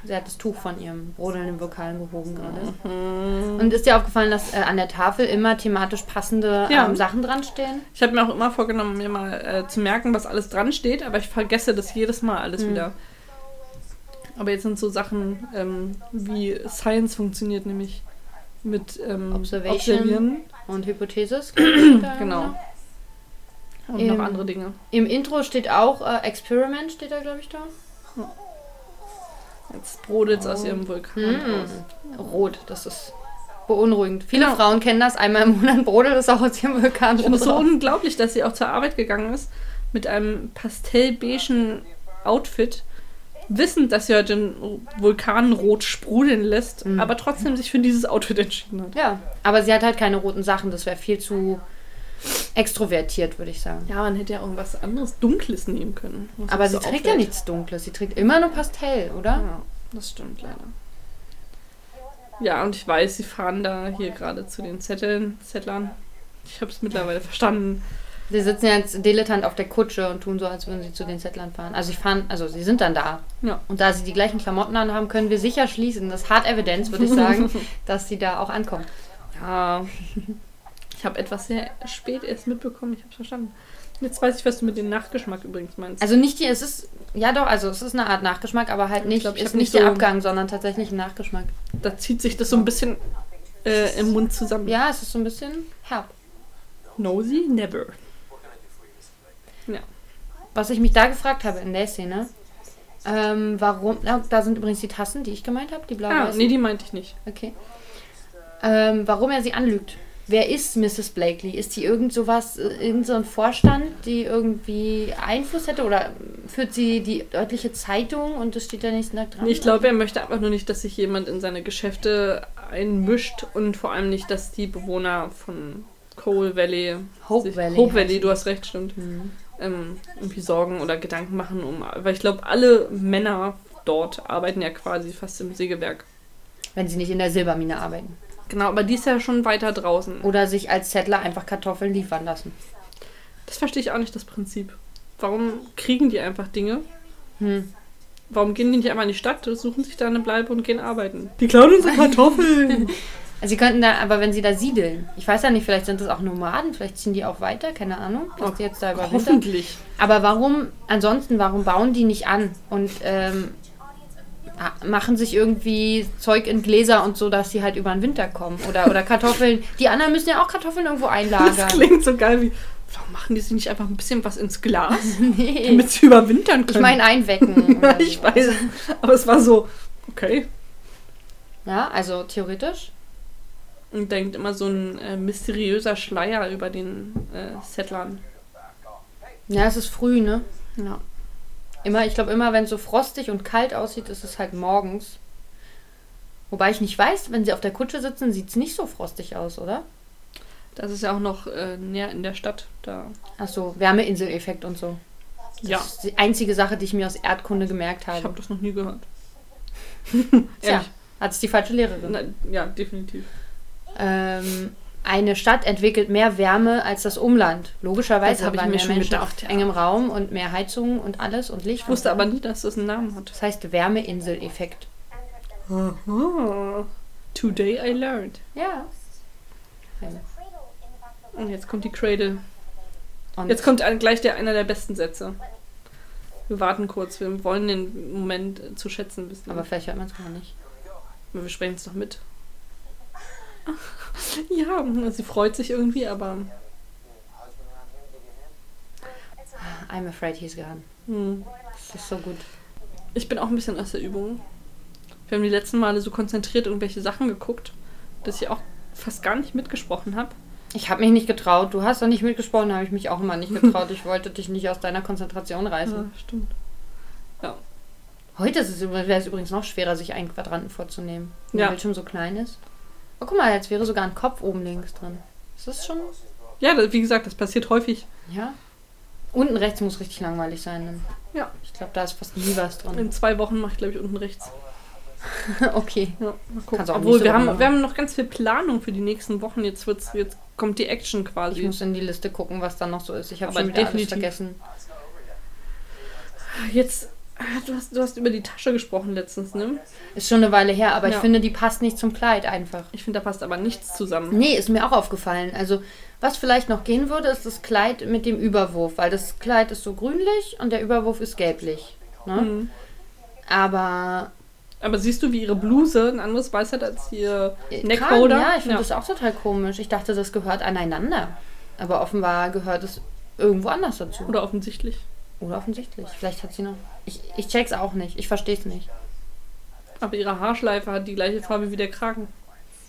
B: Sie hat das Tuch von ihrem brodelnden Vulkan gehoben gerade.
A: Mhm.
B: Und ist dir aufgefallen, dass äh, an der Tafel immer thematisch passende
A: Ja.
B: ähm, Sachen dran stehen?
A: Ich habe mir auch immer vorgenommen, mir mal äh, zu merken, was alles dran steht, aber ich vergesse das jedes Mal alles wieder. Aber jetzt sind so Sachen, ähm, wie Science funktioniert, nämlich mit ähm,
B: Observation.
A: Observieren.
B: Und Hypothesis?
A: Genau. Und
B: Ähm.
A: noch andere Dinge.
B: Genau. Im Intro steht auch äh, Experiment, steht da, glaube ich, da.
A: Jetzt brodelt's aus ihrem Vulkan raus.
B: Mm. Rot, das ist beunruhigend. Viele
A: Genau.
B: Frauen kennen das. Einmal im Monat brodelt es auch aus ihrem Vulkan
A: Ich finde es so
B: raus.
A: unglaublich, dass sie auch zur Arbeit gegangen ist mit einem pastellbeigen Outfit, wissend, dass sie heute den Vulkan rot sprudeln lässt,
B: Mhm.
A: aber trotzdem sich für dieses Outfit entschieden hat.
B: Ja, aber sie hat halt keine roten Sachen. Das wäre viel zu extrovertiert, würde ich sagen.
A: Ja, man hätte ja irgendwas anderes Dunkles nehmen können. was
B: aber
A: uns
B: sie
A: so
B: trägt ja
A: auffällt.
B: nichts Dunkles. Sie trägt immer nur Pastell, oder?
A: Ja, das stimmt leider. Ja, und ich weiß, sie fahren da hier gerade zu den Zetteln, Zettlern. Ich habe es mittlerweile verstanden.
B: Sie sitzen ja als Dilettant auf der Kutsche und tun so, als würden sie zu den Zettlern fahren. Also, sie fahren, also sie sind dann da.
A: Ja.
B: Und da sie die gleichen Klamotten anhaben, können wir sicher schließen, das ist hart Evidenz, würde ich sagen, dass sie da auch ankommen.
A: Ja. Äh, Ich habe etwas sehr spät erst mitbekommen, ich habe es verstanden. Jetzt weiß ich, was du mit dem Nachgeschmack übrigens meinst.
B: Also nicht die, es ist, ja doch, also es ist eine Art Nachgeschmack, aber halt nicht,
A: glaub, ich
B: ist
A: hab nicht
B: nicht der
A: so-
B: Abgang, sondern tatsächlich ein Nachgeschmack.
A: da zieht sich das so ein bisschen äh, im Mund zusammen.
B: Ja, es ist so ein bisschen herb.
A: Nosy never.
B: Was ich mich da gefragt habe in der Szene, ähm, warum, ja, da sind übrigens die Tassen, die ich gemeint habe, die blauen.
A: Ah,
B: weißen.
A: nee, die meinte ich nicht.
B: Okay. Ähm, warum er sie anlügt. Wer ist Mrs. Blakely? Ist sie irgend sowas, äh, irgend so ein Vorstand, die irgendwie Einfluss hätte? Oder führt sie die örtliche Zeitung und das steht der nächsten Tag dran?
A: Nee, Ich glaube, er möchte einfach nur nicht, dass sich jemand in seine Geschäfte einmischt und vor allem nicht, dass die Bewohner von Coal Valley,
B: Hope
A: sich,
B: Valley Mhm.
A: Hope
B: heißt
A: Valley, du hast recht, stimmt, ähm, irgendwie Sorgen oder Gedanken machen um, weil ich glaube, alle Männer dort arbeiten ja quasi fast im Sägewerk.
B: Wenn sie nicht in der Silbermine arbeiten.
A: Genau, aber die ist ja schon weiter draußen.
B: Oder sich als Settler einfach Kartoffeln liefern lassen.
A: Das verstehe ich auch nicht, das Prinzip. Warum kriegen die einfach Dinge?
B: Hm.
A: Warum gehen die nicht einmal in die Stadt, suchen sich da eine Bleibe und gehen arbeiten?
C: Die klauen unsere Kartoffeln.
B: Also sie könnten da, aber wenn sie da siedeln, ich weiß ja nicht, vielleicht sind das auch Nomaden, vielleicht ziehen die auch weiter, keine Ahnung, dass die jetzt da überwintern.
A: Hoffentlich.
B: Aber warum, ansonsten, warum bauen die nicht an und ähm, a- machen sich irgendwie Zeug in Gläser und so, dass sie halt über den Winter kommen? Oder, oder Kartoffeln. Die anderen müssen ja auch Kartoffeln irgendwo
A: Das
B: einlagern.
A: klingt so geil wie. Warum machen die sich nicht einfach ein bisschen was ins Glas,
B: Nee.
A: damit sie überwintern
B: Ich
A: können?
B: meine einwecken.
A: Ja,
B: oder
A: ich
B: so.
A: weiß. Aber es war so, okay.
B: Ja, also theoretisch.
A: Und denkt immer so ein äh, mysteriöser Schleier über den äh, Settlern.
B: Ja, es ist früh, ne?
A: Ja.
B: Immer, ich glaube immer, wenn es so frostig und kalt aussieht, ist es halt morgens. Wobei ich nicht weiß, wenn sie auf der Kutsche sitzen, sieht es nicht so frostig aus, oder?
A: Das ist ja auch noch äh, näher in der Stadt da.
B: Ach so, Wärmeinsel-Effekt und so. Das
A: ja,
B: ist die einzige Sache, die ich mir aus Erdkunde gemerkt
A: ich habe
B: habe.
A: das noch nie gehört.
B: Tja,
A: Ehrlich.
B: hat es die falsche Lehrerin.
A: Nein, ja, definitiv.
B: Ähm, eine Stadt entwickelt mehr Wärme als das Umland.
A: Das
B: Logischerweise
A: hab ich
B: bleiben
A: mir
B: mehr
A: schon
B: Menschen
A: gedacht,
B: auf
A: ja.
B: engem Raum und mehr Heizungen und alles und Licht.
A: Ich wusste aber nie, dass das einen Namen hat.
B: Das heißt Wärmeinsel-Effekt. Ah.
A: Aha. Today I learned.
B: Ja.
A: Und jetzt kommt die Cradle.
B: Und
A: Jetzt kommt ein- gleich der, einer der besten Sätze. Wir warten kurz, wir wollen den Moment äh, zu schätzen wissen.
B: aber vielleicht hört man es gar nicht.
A: wir sprechen es doch mit. Ja, hm, sie freut sich irgendwie, aber
B: I'm afraid he's gone.
A: hm,
B: Das ist so gut.
A: ich bin auch ein bisschen aus der Übung. Wir haben die letzten Male so konzentriert irgendwelche Sachen geguckt, dass ich auch fast gar nicht mitgesprochen habe.
B: Ich habe mich nicht getraut. Du hast doch nicht mitgesprochen, habe ich mich auch immer nicht getraut. Ich wollte dich nicht aus deiner Konzentration reißen.
A: Ja, stimmt.
B: Heute ist es, übr- wäre es übrigens noch schwerer, sich einen Quadranten vorzunehmen, wenn
A: Ja.
B: der Bildschirm so klein ist. Oh, guck mal, jetzt wäre sogar ein Kopf oben links drin. Ist das schon?
A: Ja, das, wie gesagt, das passiert häufig.
B: Ja. Unten rechts muss richtig langweilig sein. Dann.
A: Ja.
B: Ich glaube, da ist fast nie was drin.
A: In zwei Wochen mache ich, glaube ich, unten rechts.
B: okay.
A: Ja, mal gucken.
B: Kannst auch genau.
A: Obwohl,
B: nächste
A: wir
B: Woche
A: haben,
B: machen.
A: wir haben noch ganz viel Planung für die nächsten Wochen. Jetzt, wird's, jetzt kommt die Action
B: Ich
A: quasi.
B: muss in die Liste gucken, was da noch so Also ist. Ich habe
A: Aber
B: schon wieder alles
A: definitiv.
B: vergessen.
A: Jetzt, ah, du hast, du hast über die Tasche gesprochen letztens, ne?
B: Ist schon eine Weile her, aber ich
A: Ja.
B: finde, die passt nicht zum Kleid einfach.
A: Ich finde, da passt aber nichts zusammen.
B: Nee, ist mir auch aufgefallen. Also, was vielleicht noch gehen würde, ist das Kleid mit dem Überwurf, weil das Kleid ist so grünlich und der Überwurf ist gelblich. Ne?
A: Mhm.
B: Aber
A: Aber siehst du, wie ihre Bluse ein anderes Weiß hat als ihr
B: Äh,
A: Neckholder?
B: Kragen, Ja, ich finde das auch total komisch. Ich dachte, das gehört aneinander. Aber offenbar gehört es irgendwo anders dazu.
A: Oder offensichtlich.
B: Oder offensichtlich. Vielleicht hat sie noch. Ich, ich check's auch nicht. Ich versteh's nicht.
A: Aber ihre Haarschleife hat die gleiche Farbe wie der Kragen.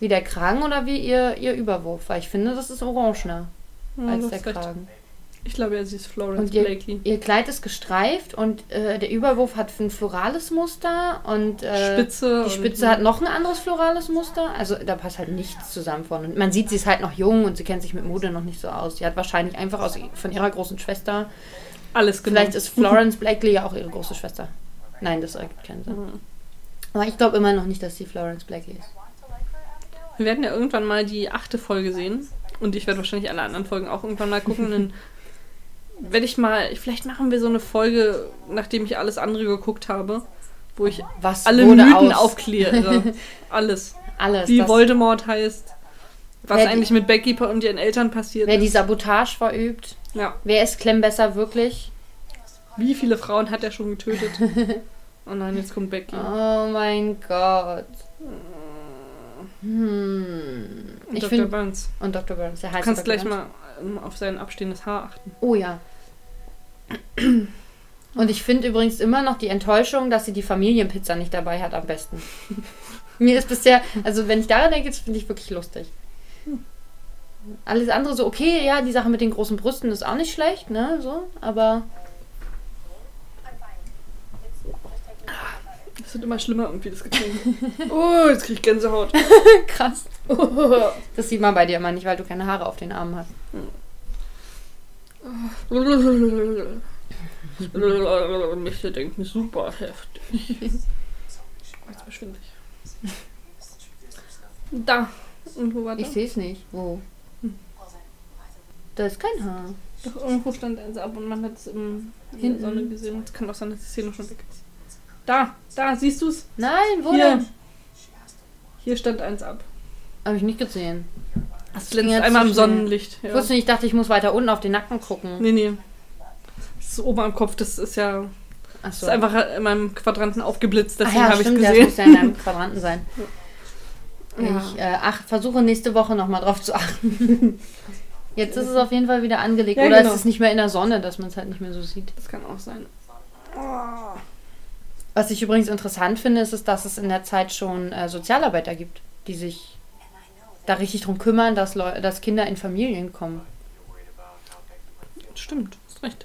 B: Wie der Kragen oder wie ihr, ihr Überwurf? Weil ich finde, das ist orangener
A: Ja,
B: als
A: du
B: der
A: hast recht.
B: Kragen.
A: Ich glaube ja, sie ist Florence
B: Und ihr,
A: Blakely.
B: ihr Kleid ist gestreift und äh, der Überwurf hat ein florales Muster und äh,
A: Spitze.
B: die
A: und-
B: Spitze hat noch ein anderes florales Muster. Also da passt halt nichts zusammen von. Und man sieht, sie ist halt noch jung und sie kennt sich mit Mode noch nicht so aus. Sie hat wahrscheinlich einfach aus, von ihrer großen Schwester.
A: alles genommen.
B: Vielleicht ist Florence Blakely ja auch ihre große Schwester. Nein, das ergibt keinen Sinn.
A: Mhm.
B: Aber ich glaube immer noch nicht, dass sie Florence Blakely ist.
A: Wir werden ja irgendwann mal die achte Folge sehen. Und ich werde wahrscheinlich alle anderen Folgen auch irgendwann mal gucken. Dann werde ich mal, vielleicht machen wir so eine Folge, nachdem ich alles andere geguckt habe, wo ich
B: Was
A: alle
B: wurde
A: Mythen
B: Oh, aus?
A: aufkläre. Alles.
B: Alles.
A: Wie
B: das-
A: Voldemort heißt. Was
B: Wer die-
A: eigentlich mit Becky und ihren Eltern passiert
B: Wer die
A: ist.
B: Sabotage verübt.
A: Ja.
B: Wer ist Clem besser wirklich?
A: Wie viele Frauen hat er schon getötet? Oh nein, jetzt kommt Becky.
B: Oh mein Gott.
A: Mhm.
B: Hm. Ich
A: Dr.
B: finde
A: Burns.
B: und Dr. Burns, der
A: Du
B: heißt
A: kannst
B: Dr.
A: gleich
B: Burns.
A: mal ähm, auf sein abstehendes Haar achten.
B: Oh ja. Und ich finde übrigens immer noch die Enttäuschung, dass sie die Familienpizza nicht dabei hat, am besten. Mir ist bisher, also wenn ich daran denke, das finde ich wirklich lustig. Alles andere so, okay, ja, die Sache mit den großen Brüsten ist auch nicht schlecht, ne, so, aber
A: Es wird immer schlimmer irgendwie, das Getränk. oh, jetzt krieg ich Gänsehaut.
B: krass. Das sieht man bei dir immer nicht, weil du keine Haare auf den Armen hast.
A: Mich denken, super heftig. Jetzt verschwinde ich. Da. Irgendwo war
B: Ich
A: das.
B: sehe es nicht. Wo? Da ist kein Haar.
A: Doch irgendwo stand eins ab und man hat es im- in
B: Hinten.
A: der Sonne gesehen. Es kann auch sein, dass die Szene schon weg ist. Da, da, siehst du es?
B: Nein, wo
A: Hier.
B: denn?
A: Hier stand eins ab.
B: Habe ich nicht gesehen.
A: Das
B: ging
A: glänzt
B: jetzt
A: einmal
B: zu
A: im
B: schnell.
A: Sonnenlicht.
B: Ich
A: Ja.
B: wusste nicht, ich dachte, ich muss weiter unten auf den Nacken gucken.
A: Nee, nee. Das ist oben am Kopf, das ist ja.
B: Ach
A: Das
B: so.
A: ist einfach in meinem Quadranten aufgeblitzt,
B: Ach
A: deswegen
B: Ah ja,
A: habe ich es
B: stimmt, Das muss ja
A: gesehen.
B: in einem Quadranten sein.
A: Ja.
B: Ich äh, ach, versuche nächste Woche nochmal drauf zu achten. Jetzt ist es auf jeden Fall wieder angelegt.
A: Ja,
B: Oder
A: genau.
B: es ist nicht mehr in der Sonne, dass man es halt nicht mehr so sieht.
A: Das kann auch sein. Oh.
B: Was ich übrigens interessant finde, ist, es, dass es in der Zeit schon äh, Sozialarbeiter gibt, die sich da richtig drum kümmern, dass, Leu dass Kinder in Familien kommen.
A: Stimmt, hast recht.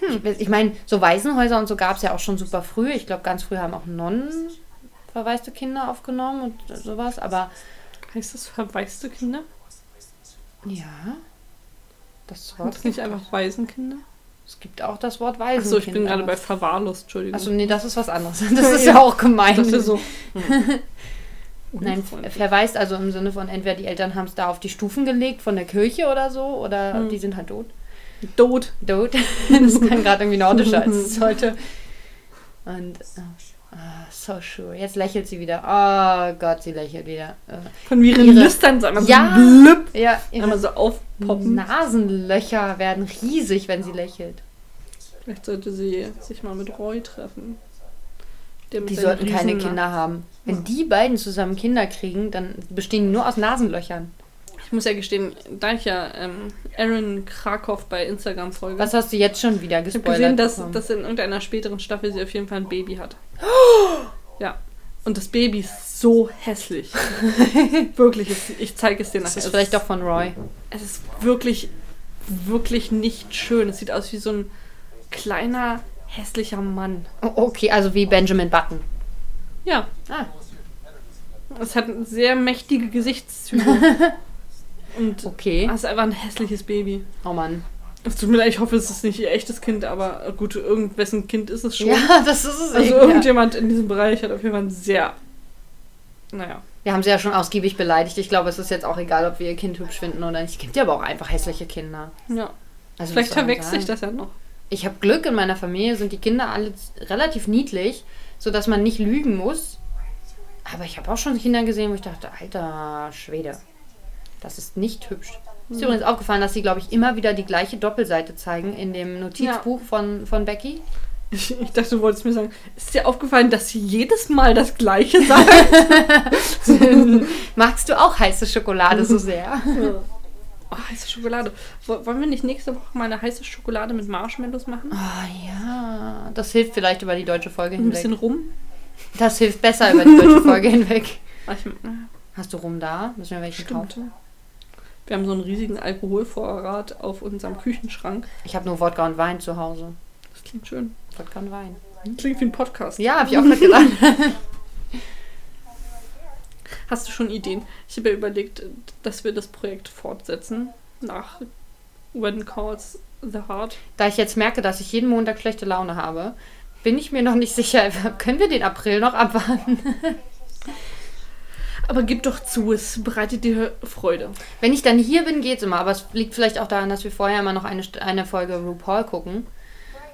A: Hm.
B: Ich, weiß- ich meine, so Waisenhäuser und so gab es ja auch schon super früh. Ich glaube, ganz früh haben auch Nonnen verwaiste Kinder aufgenommen und sowas. Aber
A: Heißt das verwaiste Kinder?
B: ja, das
A: Sind
B: Wort
A: das nicht einfach Waisenkinder?
B: Es gibt auch das Wort
A: Ach
B: Waisenkind.
A: so, ich bin gerade
B: aber-
A: bei verwahrlost, Entschuldigung.
B: Achso, nee, das ist was anderes. Das ist ja auch
A: ich
B: gemein.
A: dachte so. hm.
B: Nein,
A: Unfreundlich.
B: verweist also im Sinne von entweder die Eltern haben es da auf die Stufen gelegt von der Kirche oder so oder
A: Hm.
B: die sind halt tot.
A: Äh, Dot.
B: Tot. Das kann gerade irgendwie nordischer als es sollte. Und äh, ah, so sure. Jetzt lächelt sie wieder. Oh Gott, sie lächelt wieder. Äh,
A: Von mir
B: Ihre-
A: Lüstern so einmal
B: Ja.
A: so blüpp,
B: ja,
A: einmal
B: ihre
A: so aufpoppen.
B: Nasenlöcher werden riesig, wenn sie lächelt.
A: Vielleicht sollte sie sich mal mit Roy treffen. Der mit
B: Die
A: seinen
B: sollten keine
A: Riesen-
B: Kinder haben. Wenn die beiden zusammen Kinder kriegen, dann bestehen die nur aus Nasenlöchern.
A: Ich muss ja gestehen, da ich ja ähm, Aaron Krakow bei Instagram folge,
B: Was hast du jetzt schon wieder
A: Ich habe
B: gespoilert?
A: gesehen, dass,
B: bekommen?
A: dass in irgendeiner späteren Staffel sie auf jeden Fall ein Baby hat. Ja. Und das Baby ist so hässlich. wirklich, es- ich zeige es dir nachher.
B: das ist vielleicht doch von Roy.
A: Es ist wirklich, wirklich nicht schön. Es sieht aus wie so ein kleiner, hässlicher Mann.
B: Oh, Okay, also wie Benjamin Button.
A: Ja,
B: Ah,
A: es hat sehr mächtige Gesichtszüge. Und
B: okay.
A: es ist einfach ein hässliches Baby.
B: Oh Mann.
A: Es tut mir leid, ich hoffe, es ist nicht ihr echtes Kind, aber gut, irgendwessen Kind ist es schon.
B: Ja, das ist es.
A: Also
B: eben, ja.
A: irgendjemand in diesem Bereich hat auf jeden Fall einen sehr. Naja.
B: Wir haben sie ja schon ausgiebig beleidigt. Ich glaube, es ist jetzt auch egal, ob wir ihr Kind hübsch finden oder nicht. Es gibt ja aber auch einfach hässliche Kinder.
A: Ja.
B: Also,
A: Vielleicht
B: was soll man
A: verwechsel ich
B: sagen?
A: das ja noch.
B: Ich habe Glück, in meiner Familie sind die Kinder alle z- relativ niedlich, sodass man nicht lügen muss. Aber ich habe auch schon Kinder gesehen, wo ich dachte, alter Schwede, das ist nicht hübsch.
A: Mhm.
B: Ist übrigens aufgefallen, dass sie, glaube ich, immer wieder die gleiche Doppelseite zeigen in dem Notizbuch von, von Becky.
A: Ich, ich dachte, du wolltest mir sagen, ist dir aufgefallen, dass sie jedes Mal das Gleiche sagt?
B: Magst du auch heiße Schokolade so sehr?
A: Ja. Oh, heiße Schokolade. Wo- Wollen wir nicht nächste Woche mal eine heiße Schokolade mit Marshmallows machen?
B: Ah ja, das hilft vielleicht über die deutsche Folge
A: Ein
B: hinweg.
A: bisschen rum.
B: Das hilft besser über die deutsche Folge hinweg.
A: Ah, Ich, ah,
B: Hast du rum da? Müssen wir welche
A: stimmt.
B: kaufen?
A: Wir haben so einen riesigen Alkoholvorrat auf unserem Küchenschrank.
B: Ich habe nur Wodka und Wein zu Hause.
A: Das klingt schön.
B: Wodka und Wein.
A: Klingt wie ein Podcast.
B: Ja, habe ich auch gerade gedacht.
A: Hast du schon Ideen? Ich habe ja überlegt, dass wir das Projekt fortsetzen nach When Calls the Heart.
B: Da ich jetzt merke, dass ich jeden Montag schlechte Laune habe, bin ich mir noch nicht sicher. Können wir den April noch abwarten?
A: Aber gib doch zu, es bereitet dir Freude.
B: Wenn ich dann hier bin, geht's immer. Aber es liegt vielleicht auch daran, dass wir vorher immer noch eine, St- eine Folge RuPaul gucken.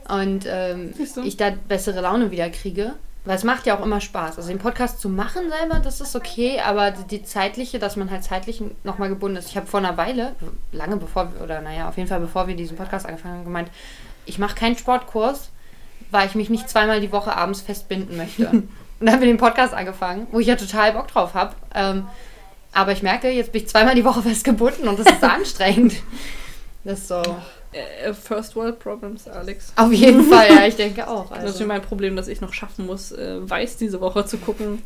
B: Und ähm,
A: Siehst du?
B: ich da bessere Laune wieder kriege. Weil es macht ja auch immer Spaß. Also den Podcast zu machen selber, das ist okay, aber die, die zeitliche, dass man halt zeitlich nochmal gebunden ist. Ich habe vor einer Weile, lange bevor, wir- oder naja, auf jeden Fall bevor wir diesen Podcast angefangen haben, gemeint, ich mache keinen Sportkurs, weil ich mich nicht zweimal die Woche abends festbinden möchte. Und dann haben wir den Podcast angefangen, wo ich ja total Bock drauf habe. Ähm, aber ich merke, jetzt bin ich zweimal die Woche festgebunden und das ist so anstrengend. Das ist so.
A: Äh, First World Problems, Alex.
B: Auf jeden Fall, ja, ich denke auch.
A: Das ist
B: Also.
A: wie mein Problem, dass ich noch schaffen muss, äh, Weiß diese Woche zu gucken.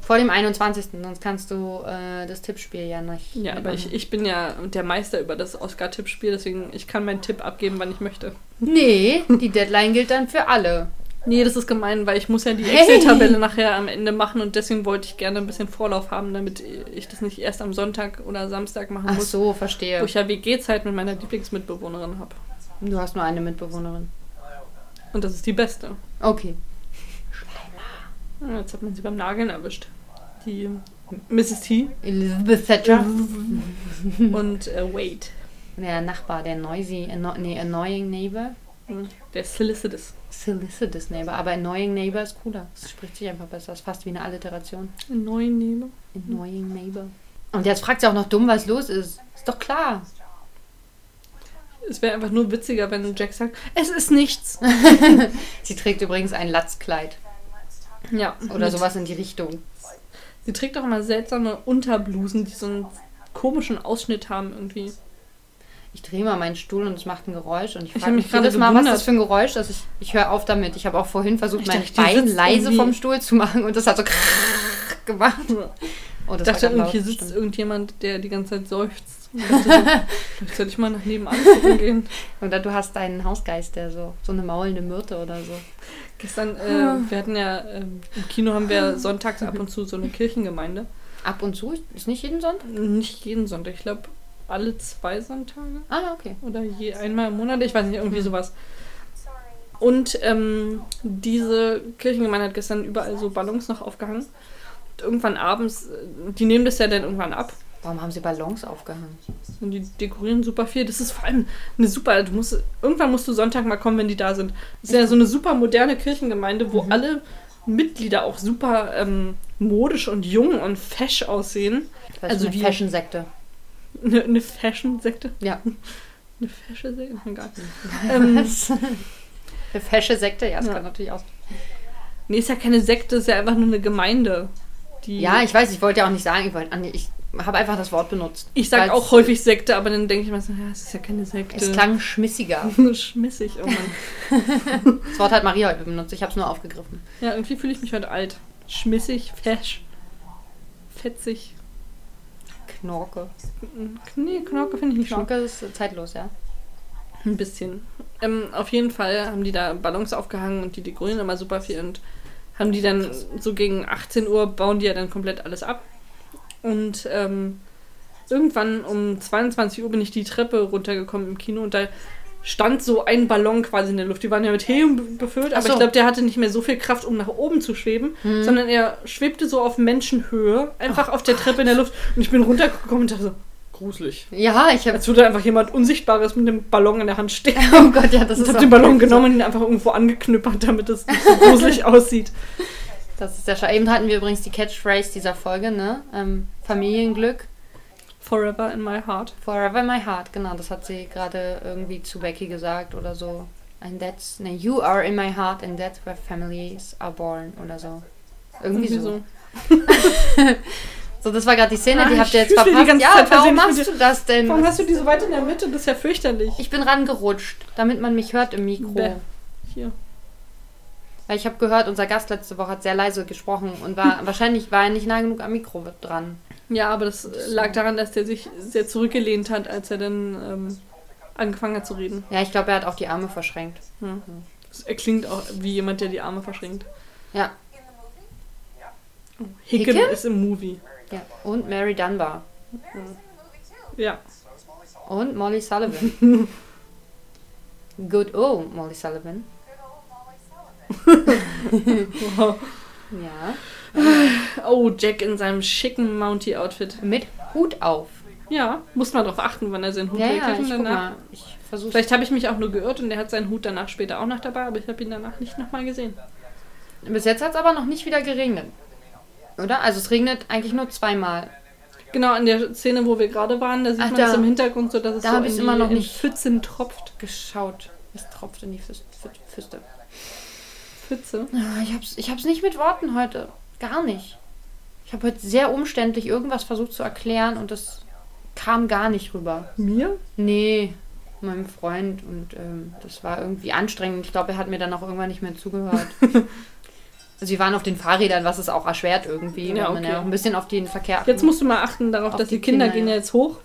B: Vor dem 21. Sonst kannst du äh, das Tippspiel ja nicht.
A: Ja, aber ich, ich bin ja der Meister über das Oscar-Tippspiel, deswegen ich kann meinen Tipp abgeben, wann ich möchte.
B: Nee, die Deadline gilt dann für alle.
A: Nee, das ist gemein, weil ich muss ja die
B: Hey!
A: Excel-Tabelle nachher am Ende machen und deswegen wollte ich gerne ein bisschen Vorlauf haben, damit ich das nicht erst am Sonntag oder Samstag machen
B: Ach
A: muss,
B: so,
A: wo
B: verstehe.
A: ich ja WG-Zeit mit meiner Lieblingsmitbewohnerin habe.
B: Du hast nur eine Mitbewohnerin.
A: Und das ist die beste.
B: Okay.
A: Ah, Jetzt hat man sie beim Nageln erwischt. Die Mrs. T
B: Elizabeth Thatcher.
A: und äh, Wade.
B: Der Nachbar, der noisy, anno, nee, annoying neighbor.
A: Hm, Der Solicitous.
B: Solicitous neighbor. Aber annoying neighbor ist cooler. Das spricht sich einfach besser. Das ist fast wie eine Alliteration.
A: Neuen Nehme.
B: Annoying neighbor. Und jetzt fragt sie auch noch dumm, was los ist. Ist doch klar.
A: Es wäre einfach nur witziger, wenn Jack sagt, es ist nichts.
B: Sie trägt übrigens ein Latzkleid.
A: Ja.
B: Oder sowas in die Richtung.
A: Sie trägt auch immer seltsame Unterblusen, die so einen komischen Ausschnitt haben irgendwie.
B: Ich drehe mal meinen Stuhl und es macht ein Geräusch und ich
A: Ich
B: frage
A: hab
B: mich
A: mich gerade
B: jedes Mal, was
A: gewundert.
B: das für ein Geräusch ist. Ich, ich höre auf damit. Ich habe auch vorhin versucht,
A: Ich
B: mein
A: dachte, die
B: Bein
A: sitzt
B: leise
A: irgendwie-
B: vom Stuhl zu machen und das hat so gemacht. Oh, das
A: Ich dachte,
B: war ganz
A: irgendwie
B: laut,
A: sitzt
B: bestimmt.
A: irgendjemand, der die ganze Zeit seufzt. Und dachte so, Vielleicht sollte ich mal nach nebenan gucken gehen.
B: Oder du hast deinen Hausgeist, der so, so eine maulende Myrte oder so.
A: Gestern, äh, wir hatten ja, ähm, im Kino haben wir sonntags ab und zu so eine Kirchengemeinde.
B: Ab und zu? Ist nicht jeden Sonntag?
A: Nicht jeden Sonntag, ich glaube alle zwei Sonntage
B: Ah, okay.
A: oder je einmal im Monat, ich weiß nicht, irgendwie sowas. Und ähm, diese Kirchengemeinde hat gestern überall so Ballons noch aufgehangen. Und irgendwann abends, äh, die nehmen das ja dann irgendwann ab.
B: Warum haben sie Ballons aufgehangen?
A: Und die dekorieren super viel. Das ist vor allem eine super. Du musst, irgendwann musst du Sonntag mal kommen, wenn die da sind. Das ist ja so eine super moderne Kirchengemeinde,
B: Mhm.
A: wo alle Mitglieder auch super ähm, modisch und jung und fesch aussehen.
B: Weißt
A: Also
B: also die
A: die-
B: Fashion-Sekte.
A: Eine ne, Fashion-Sekte.
B: Ja.
A: Eine Fashion-Sekte? Egal. ähm,
B: Eine Fashion-Sekte, ja, das
A: Ja.
B: kann natürlich auch.
A: nee, ist ja keine Sekte, ist ja einfach nur eine Gemeinde. Die
B: Ja, ich weiß, ich wollte ja auch nicht sagen, ich, wollte- ich habe einfach das Wort benutzt.
A: ich sag
B: Weil's-
A: auch häufig Sekte, aber dann denke ich mir so, ja, es ist ja keine Sekte.
B: Es klang schmissiger.
A: schmissig. Oh Mann.
B: Das Wort hat Maria heute benutzt, ich habe es nur aufgegriffen.
A: Ja, irgendwie fühle ich mich heute alt. Schmissig, fesch, fetzig.
B: Knorke.
A: Nee, Knorke finde ich nicht schlimm.
B: Knorke ist zeitlos, ja.
A: Ein bisschen. Ähm, auf jeden Fall haben die da Ballons aufgehangen und die dekorieren immer super viel und haben die dann so gegen 18 Uhr bauen die ja dann komplett alles ab. Und ähm, irgendwann um 22 Uhr bin ich die Treppe runtergekommen im Kino und da stand so ein Ballon quasi in der Luft. Die waren ja mit Helium be- befüllt,
B: Ach
A: aber
B: so.
A: ich glaube, der hatte nicht mehr so viel Kraft, um nach oben zu schweben, sondern er schwebte so auf Menschenhöhe, einfach auf der Treppe in der Luft. Und ich bin runtergekommen und dachte so, gruselig.
B: Ja, ich habe.
A: Als würde einfach jemand Unsichtbares mit einem Ballon in der Hand stehen.
B: Oh Gott, ja, das
A: Ich
B: ist.
A: habe
B: auch-
A: den Ballon genommen und ihn einfach irgendwo angeknüppert, damit es nicht so gruselig aussieht.
B: Das ist der Schau. Eben hatten wir übrigens die Catchphrase dieser Folge, ne? Ähm, Familienglück,
A: Forever in my heart.
B: forever in my heart. Genau, das hat sie gerade irgendwie zu Becky gesagt oder so. And that's. Ne, you are in my heart and that's where families are born oder so. Irgendwie, so. So, das war gerade die Szene,
A: Ah,
B: die habt ihr
A: ich
B: jetzt
A: fühl's mir die
B: verpasst.
A: ganze
B: ja,
A: Zeit
B: warum
A: versehentlich
B: machst
A: mit
B: du das denn?
A: Warum hast du die so weit in der Mitte? Das ist ja fürchterlich.
B: ich bin rangerutscht, damit man mich hört im Mikro.
A: Bäh. Hier.
B: Weil ich habe gehört, unser Gast letzte Woche hat sehr leise gesprochen und war wahrscheinlich war er nicht nah genug am Mikro dran.
A: Ja, aber das äh, lag daran, dass der sich sehr zurückgelehnt hat, als er dann ähm, angefangen hat zu reden.
B: Ja, ich glaube, er hat auch die Arme verschränkt.
A: Das- Er klingt auch wie jemand, der die Arme verschränkt. Oh,
B: Ja,
A: Hicken,
B: Hicken?
A: ist im Movie.
B: ja. Und Mary Dunbar.
A: Ja.
B: Und Molly Sullivan. Good old Molly Sullivan. Ja.
A: Oh, Jack in seinem schicken Mountie-Outfit.
B: Mit Hut auf.
A: Ja, muss man darauf achten, wann er seinen Hut
B: Ja,
A: legt.
B: ja,
A: Hat ihn
B: ich guck
A: danach-
B: mal. Ich versuch's.
A: Vielleicht habe ich mich auch nur geirrt und er hat seinen Hut danach später auch noch dabei, aber ich habe ihn danach nicht nochmal gesehen.
B: Bis jetzt hat es aber noch nicht wieder geregnet. Oder? Also es regnet eigentlich nur zweimal.
A: Genau, in der Szene, wo wir gerade waren, da sieht
B: Ach,
A: man
B: da.
A: es im Hintergrund so, dass es
B: Da
A: so
B: hab ich's
A: in
B: immer noch
A: in
B: nicht.
A: Pfützen tropft.
B: Geschaut. Es tropft in die Füß- Fü- Füße.
A: Pfütze.
B: Ah, Ich hab's, ich hab's nicht mit Worten heute. Gar nicht. Ich habe heute sehr umständlich irgendwas versucht zu erklären und das kam gar nicht rüber.
A: Mir?
B: Nee, meinem Freund und ähm, das war irgendwie anstrengend. Ich glaube, er hat mir dann auch irgendwann nicht mehr zugehört. also wir waren auf den Fahrrädern, was es auch erschwert irgendwie,
A: Ja,
B: weil man
A: okay.
B: ja auch ein bisschen auf den Verkehr
A: Jetzt musst du mal achten darauf,
B: Auf
A: dass die,
B: die
A: Kinder,
B: Kinder,
A: gehen ja
B: ja.
A: jetzt hoch.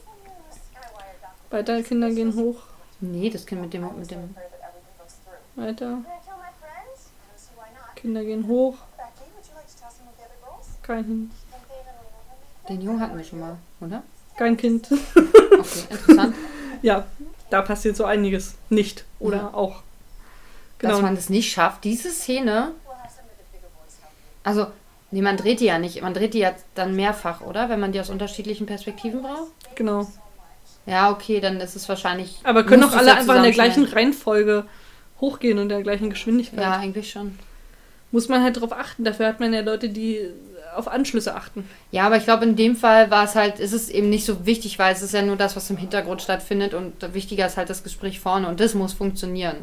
A: Weiter, Kinder gehen hoch.
B: Nee, das Kind mit dem mit dem
A: Weiter,
D: Can I tell my friends? I don't see why not.
A: Kinder gehen hoch.
D: Becky, would you like to tell some of the other girls?
A: Kein, Hin-
D: And Dave and Lena have met.
B: den Jungen hatten wir schon mal, oder?
A: kein Kind.
B: Okay, interessant,
A: Ja, da passiert so einiges. Nicht. Oder
B: Ja.
A: auch.
B: dass
A: Genau.
B: man das nicht schafft. Diese Szene,
D: We'll have some of the bigger boys help.
B: also nee, man dreht die ja nicht, man dreht die ja dann mehrfach, oder? Wenn man die aus unterschiedlichen Perspektiven braucht.
A: Genau.
B: Ja, okay, dann ist es wahrscheinlich.
A: Aber können
B: muss
A: auch
B: es
A: alle
B: ja
A: einfach in der gleichen
B: zusammenschneiden.
A: Reihenfolge hochgehen und der gleichen Geschwindigkeit.
B: Ja, eigentlich schon.
A: Muss man halt drauf achten. Dafür hat man ja Leute, die auf Anschlüsse achten.
B: Ja, aber ich glaube, in dem Fall war es halt, ist es eben nicht so wichtig, weil es ist ja nur das, was im Hintergrund stattfindet und wichtiger ist halt das Gespräch vorne und das muss funktionieren.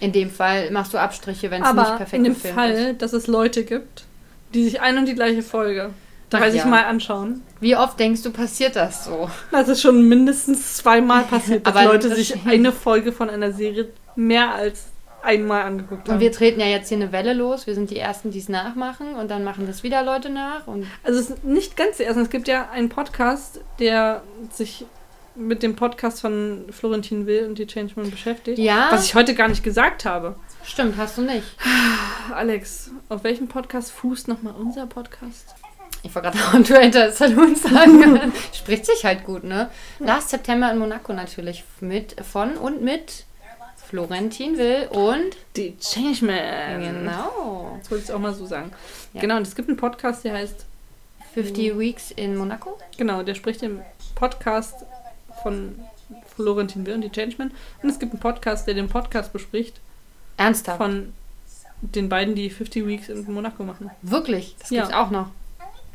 B: In dem Fall machst du Abstriche, wenn es nicht
A: Aber
B: perfekt
A: in dem
B: gefilmt
A: Fall,
B: ist.
A: dass es Leute gibt, die sich ein und die gleiche Folge
B: Ach
A: 30
B: ja.
A: Mal anschauen,
B: Wie oft denkst du, passiert das so?
A: das ist schon mindestens zweimal passiert, dass
B: Aber
A: Leute
B: das-
A: sich eine Folge von einer Serie mehr als einmal angeguckt
B: Und
A: haben.
B: wir treten ja jetzt hier eine Welle los. Wir sind die Ersten, die es nachmachen und dann machen das wieder Leute nach. Und
A: Also es ist nicht ganz der erste. Es gibt ja einen Podcast, der sich mit dem Podcast von Florentin Will und die Changeman beschäftigt.
B: Ja.
A: Was ich heute gar nicht gesagt habe.
B: stimmt, hast du nicht.
A: Alex, auf welchen Podcast fußt nochmal unser Podcast?
B: Ich war gerade on Twitter Saloon sagen. Spricht sich halt gut, ne? Last September in Monaco natürlich mit von und mit Florentin Will und
A: Die Changeman.
B: genau.
A: Das wollte ich auch mal so sagen.
B: Ja.
A: Genau, und es gibt einen Podcast, der heißt, Mhm.
B: 50 Weeks in Monaco.
A: genau, der spricht im Podcast von Florentin Will und die Changeman. Und es gibt einen Podcast, der den Podcast bespricht
B: Ernsthaft?
A: von den beiden, die 50 Weeks in Monaco machen.
B: Wirklich? Das
A: Ja.
B: gibt's auch noch.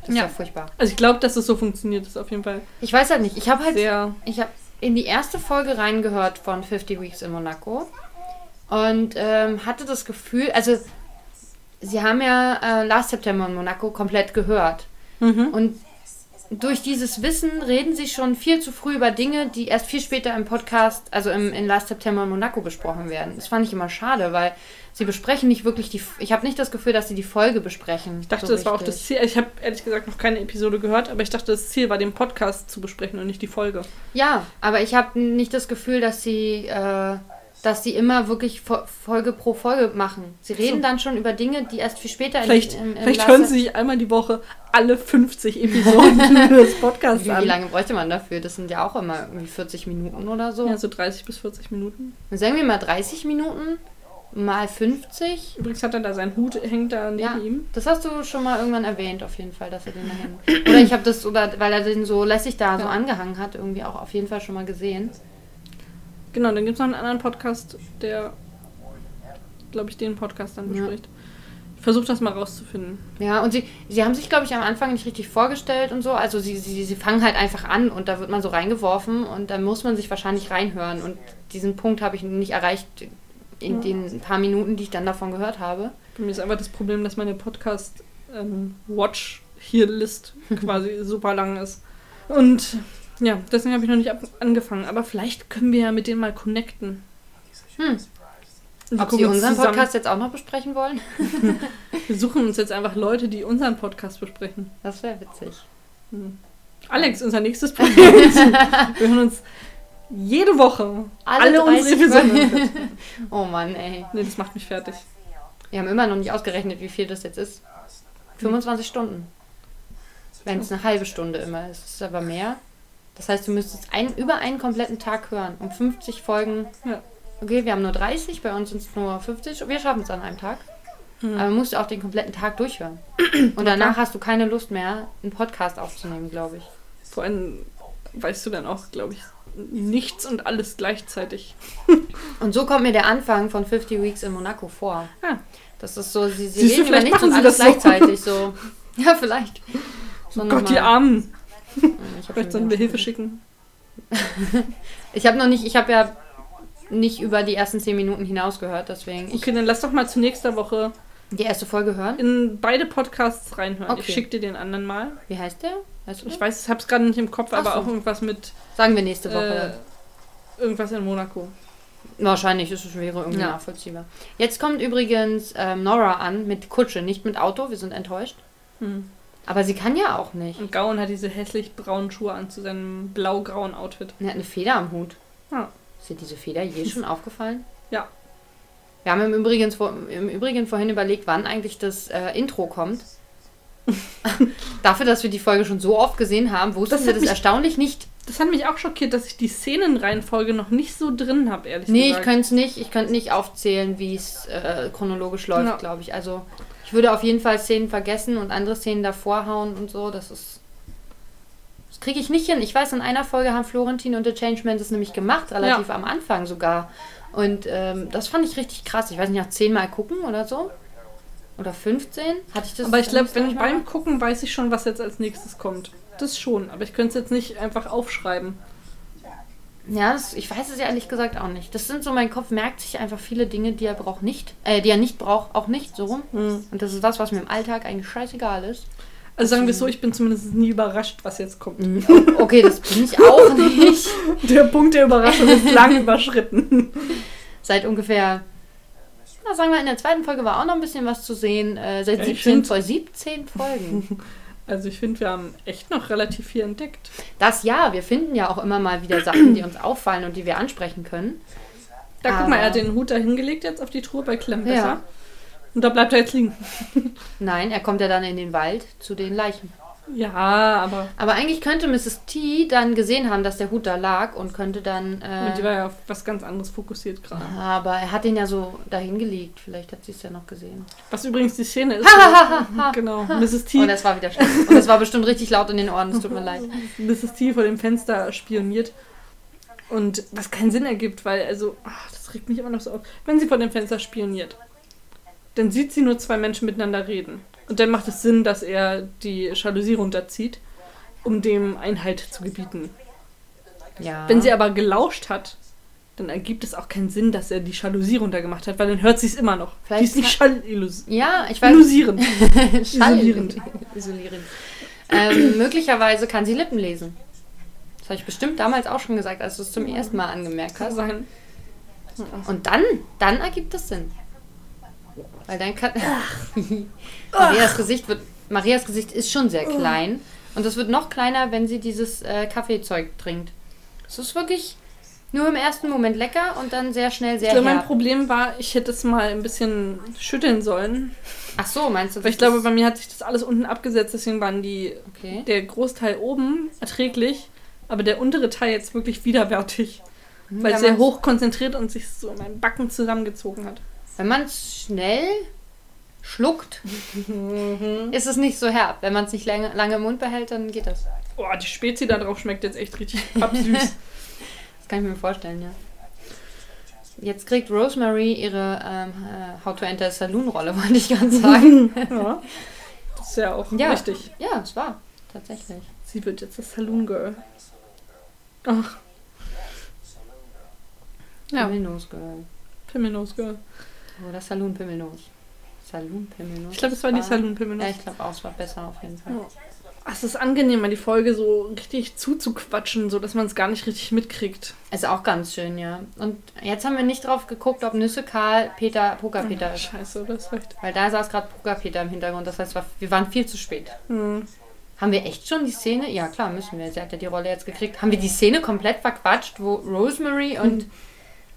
B: Das ist
A: Ja.
B: ja, furchtbar.
A: Also ich glaube, dass es so funktioniert, ist auf jeden Fall
B: Ich weiß halt nicht. Ich habe halt
A: sehr.
B: Ich habe in die erste Folge reingehört von 50 Weeks in Monaco und ähm, hatte das Gefühl, also sie haben ja äh, Last September in Monaco komplett gehört. Und durch dieses Wissen reden sie schon viel zu früh über Dinge, die erst viel später im Podcast, also im, in Last September in Monaco besprochen werden. Das fand ich immer schade, weil sie besprechen nicht wirklich die. Ich habe nicht das Gefühl, dass sie die Folge besprechen.
A: Ich dachte, das war auch das Ziel. Ich habe ehrlich gesagt noch keine Episode gehört, aber ich dachte, das Ziel war, den Podcast zu besprechen und nicht die Folge.
B: Ja, aber ich habe nicht das Gefühl, dass sie, äh, dass sie immer wirklich Fo- Folge pro Folge machen. Sie reden
A: so.
B: dann schon über Dinge, die erst viel später
A: Vielleicht,
B: in, in, in
A: vielleicht hören sie sich einmal die Woche alle 50 Episoden des Podcasts
B: Wie, wie
A: an.
B: lange bräuchte man dafür? Das sind ja auch immer irgendwie 40 Minuten oder so.
A: Ja, so 30 bis 40 Minuten.
B: Dann Sagen wir mal 30 Minuten mal 50.
A: Übrigens hat er da seinen Hut, hängt da neben
B: Ja,
A: ihm.
B: das hast du schon mal irgendwann erwähnt, auf jeden Fall, dass er den da hängt. Oder ich habe das, oder weil er den so lässig da so
A: Ja.
B: angehangen hat, irgendwie auch auf jeden Fall schon mal gesehen.
A: Genau, dann gibt es noch einen anderen Podcast, der, glaube ich, den Podcast dann
B: Ja.
A: bespricht. Ich versuche das mal rauszufinden.
B: Ja, und sie, sie haben sich, glaube ich, am Anfang nicht richtig vorgestellt und so. Also sie, sie, sie fangen halt einfach an und da wird man so reingeworfen und da muss man sich wahrscheinlich reinhören. Und diesen Punkt habe ich nicht erreicht in den paar Minuten, die ich dann davon gehört habe.
A: Bei mir ist einfach das Problem, dass meine Podcast-Watch hier ähm, List quasi super lang ist. Und ja, deswegen habe ich noch nicht ab angefangen. Aber vielleicht können wir ja mit denen mal connecten.
B: Hm.
A: Wir
B: Ob
A: gucken
B: Sie
A: uns
B: unseren
A: zusammen-
B: Podcast jetzt auch noch besprechen wollen?
A: Wir suchen uns jetzt einfach Leute, die unseren Podcast besprechen.
B: Das wäre witzig.
A: Alex, unser nächstes Projekt. wir hören uns jede Woche. Alle, unsere
B: 30
A: Episoden.
B: Folgen. oh Mann, ey.
A: Nee, das macht mich fertig.
B: Wir haben immer noch nicht ausgerechnet, wie viel das jetzt ist. 25 Stunden. Wenn es eine halbe Stunde immer ist. Das ist aber mehr. Das heißt, du müsstest ein, über einen kompletten Tag hören. Um 50 Folgen.
A: Ja.
B: Okay, wir haben nur 30, bei uns sind es nur 50. Wir schaffen es an einem Tag.
A: Mhm.
B: Aber musst du auch den kompletten Tag durchhören. Und danach hast du keine Lust mehr, einen Podcast aufzunehmen, glaube ich.
A: Vor allem weißt du dann auch, glaube ich, nichts und alles gleichzeitig.
B: Und so kommt mir der Anfang von 50 Weeks in Monaco vor.
A: Ja.
B: Das ist so, sie, sie
A: Ah. Siehst du,
B: reden über
A: vielleicht
B: nichts
A: machen sie
B: und alles
A: das so. Oh
B: gleichzeitig so. Ja, vielleicht. So
A: Gott, die
B: nochmal.
A: Armen.
B: Ich hab
A: Vielleicht
B: schon
A: sollen wir
B: wieder-
A: Hilfe schicken.
B: Ich habe noch nicht, ich habe ja nicht über die ersten 10 Minuten hinaus gehört, deswegen ich
A: Okay, dann lass doch mal zu nächster Woche
B: die erste Folge hören.
A: in beide Podcasts reinhören.
B: Okay.
A: Ich schicke dir den anderen mal.
B: Wie heißt der? Weißt du
A: Ich
B: das?
A: weiß, ich habe es gerade nicht im Kopf,
B: Ach
A: aber
B: so.
A: auch irgendwas mit
B: Sagen wir nächste
A: äh,
B: Woche. halt.
A: irgendwas in Monaco.
B: Wahrscheinlich ist es wäre irgendwie
A: Ja.
B: nachvollziehbar. Jetzt kommt übrigens ähm, Nora an mit Kutsche, nicht mit Auto. Wir sind enttäuscht.
A: Hm.
B: Aber sie kann ja auch nicht.
A: Und Gaon hat diese hässlich braunen Schuhe an zu seinem blau-grauen Outfit.
B: Und er hat eine Feder am Hut.
A: Ja.
B: Ist dir diese Feder je schon aufgefallen?
A: Ja.
B: Wir haben im Übrigen, vor, im Übrigen vorhin überlegt, wann eigentlich das äh, Intro kommt. Dafür, dass wir die Folge schon so oft gesehen haben, wussten
A: Das
B: wir
A: hat
B: das
A: mich-
B: erstaunlich nicht.
A: Das hat mich auch schockiert, dass ich die Szenenreihenfolge noch nicht so drin habe, ehrlich
B: Nee, ich
A: gesagt.
B: könnte es nicht. Ich könnte nicht aufzählen, wie es äh, chronologisch läuft,
A: Ja.
B: glaube ich. Also ich würde auf jeden Fall Szenen vergessen und andere Szenen davor hauen und so. Das ist. Das kriege ich nicht hin. Ich weiß, in einer Folge haben Florentin und The Changeman das nämlich gemacht, relativ am Anfang sogar. Und ähm, das fand ich richtig krass. Ich weiß nicht, nach zehnmal gucken oder so. Oder 15? Hatte ich das?
A: aber ich glaube,
B: nicht
A: wenn ich
B: einmal?
A: beim Gucken weiß ich schon, was jetzt als nächstes kommt. Das schon, aber ich könnte es jetzt nicht einfach aufschreiben.
B: Ja, das, ich weiß es ja ehrlich gesagt auch nicht. Das sind so, mein Kopf merkt sich einfach viele Dinge, die er braucht nicht, äh, die er nicht braucht, auch nicht, so rum.
A: Hm.
B: Und das ist was, was mir im Alltag eigentlich scheißegal ist.
A: Also sagen wir es so, ich bin zumindest nie überrascht, was jetzt kommt.
B: Okay, das bin ich auch nicht.
A: Mhm. Der Punkt der Überraschung ist lang überschritten.
B: Seit ungefähr, na sagen wir, in der zweiten Folge war auch noch ein bisschen was zu sehen. Äh, seit
A: Ja, ich
B: 17,
A: find-
B: vor 17 Folgen.
A: Also ich finde, wir haben echt noch relativ viel entdeckt.
B: Das ja, wir finden ja auch immer mal wieder Sachen, die uns auffallen und die wir ansprechen können.
A: Da guck mal, er
B: Aber-
A: hat den Hut da hingelegt jetzt auf die Truhe bei Klemmbesser.
B: Ja.
A: Und da bleibt er jetzt liegen.
B: Nein, er kommt ja dann in den Wald zu den Leichen.
A: Ja, aber.
B: Aber eigentlich könnte Mrs. T dann gesehen haben, dass der Hut da lag und könnte
A: Und
B: dann.
A: die
B: Äh,
A: war ja auf was ganz anderes fokussiert gerade.
B: aber er hat den ja so dahin gelegt. Vielleicht hat sie es ja noch gesehen.
A: Was übrigens die Szene ist.
B: Hahaha.
A: genau. Mrs.
B: Und
A: T,
B: das war wieder schlimm. Und das war bestimmt richtig laut in den Ohren. Es tut mir leid.
A: Mrs. T vor dem Fenster spioniert. Und was keinen Sinn ergibt, weil, also, ach, das regt mich immer noch so auf. Wenn sie vor dem Fenster spioniert, dann sieht sie nur zwei Menschen miteinander reden. Und dann macht es Sinn, dass er die Jalousie runterzieht, um dem Einhalt zu gebieten.
B: Ja.
A: Wenn sie aber gelauscht hat, dann ergibt es auch keinen Sinn, dass er die Jalousie runtergemacht hat, weil dann hört sie es immer noch.
B: Vielleicht
A: die ist nicht schallillusierend.
B: ja, ich weiß. Schall-
A: isolierend.
B: Isolierend. Ähm, möglicherweise kann sie Lippen lesen. Das habe ich bestimmt damals auch schon gesagt, als du es zum ersten Mal angemerkt
A: Kann
B: hast.
A: sein.
B: Und dann, dann ergibt es Sinn. Weil dann kann. Marias Gesicht wird. Marias Gesicht ist schon sehr klein. Und es wird noch kleiner, wenn sie dieses äh, Kaffeezeug trinkt. Es ist wirklich nur im ersten Moment lecker und dann sehr schnell sehr
A: Ich glaube, mein
B: herb.
A: Problem war, ich hätte es mal ein bisschen schütteln sollen.
B: Ach so, meinst du?
A: Weil
B: das
A: ich glaube,
B: ist-
A: bei mir hat sich das alles unten abgesetzt, deswegen waren die
B: okay.
A: der Großteil oben erträglich, aber der untere Teil jetzt wirklich widerwärtig. Weil es
B: kann
A: sehr
B: man's-
A: hoch konzentriert und sich so in meinen Backen zusammengezogen hat.
B: Wenn man es schnell schluckt,
A: Mhm.
B: ist es nicht so herb. Wenn man es nicht lange, lange im Mund behält, dann geht das.
A: Boah, die Spezi da drauf schmeckt jetzt echt richtig pappsüß.
B: Das kann ich mir vorstellen, ja. Jetzt kriegt Rosemary ihre ähm, äh, How to Enter a Saloon-Rolle, wollte ich gerade sagen.
A: ja. Das ist ja auch
B: Ja.
A: richtig.
B: ja, es war. Tatsächlich.
A: Sie wird jetzt das Saloon Girl. Ach, Ja.
B: Pimmelnos Girl.
A: Pimmelnose Girl.
B: Oder Saloon Pimmelnos. Saloon-Pimmel.
A: Ich glaube, es war die Saloon-Pimmel.
B: Ja, ich glaube auch, es war besser auf jeden Fall.
A: Ach, Es ist angenehmer, die Folge so richtig zuzuquatschen, so dass man es gar nicht richtig mitkriegt.
B: Ist auch ganz schön, ja. Und jetzt haben wir nicht drauf geguckt, ob Nüsse Karl Peter
A: Hm.
B: Pokerpeter ist.
A: Scheiße, das reicht.
B: Weil da saß gerade Pokerpeter im Hintergrund. Das heißt, war- wir waren viel zu spät.
A: Hm.
B: Haben wir echt schon die Szene? Ja, klar, müssen wir. Sie hat ja die Rolle jetzt gekriegt. Haben wir die Szene komplett verquatscht, wo Rosemary und,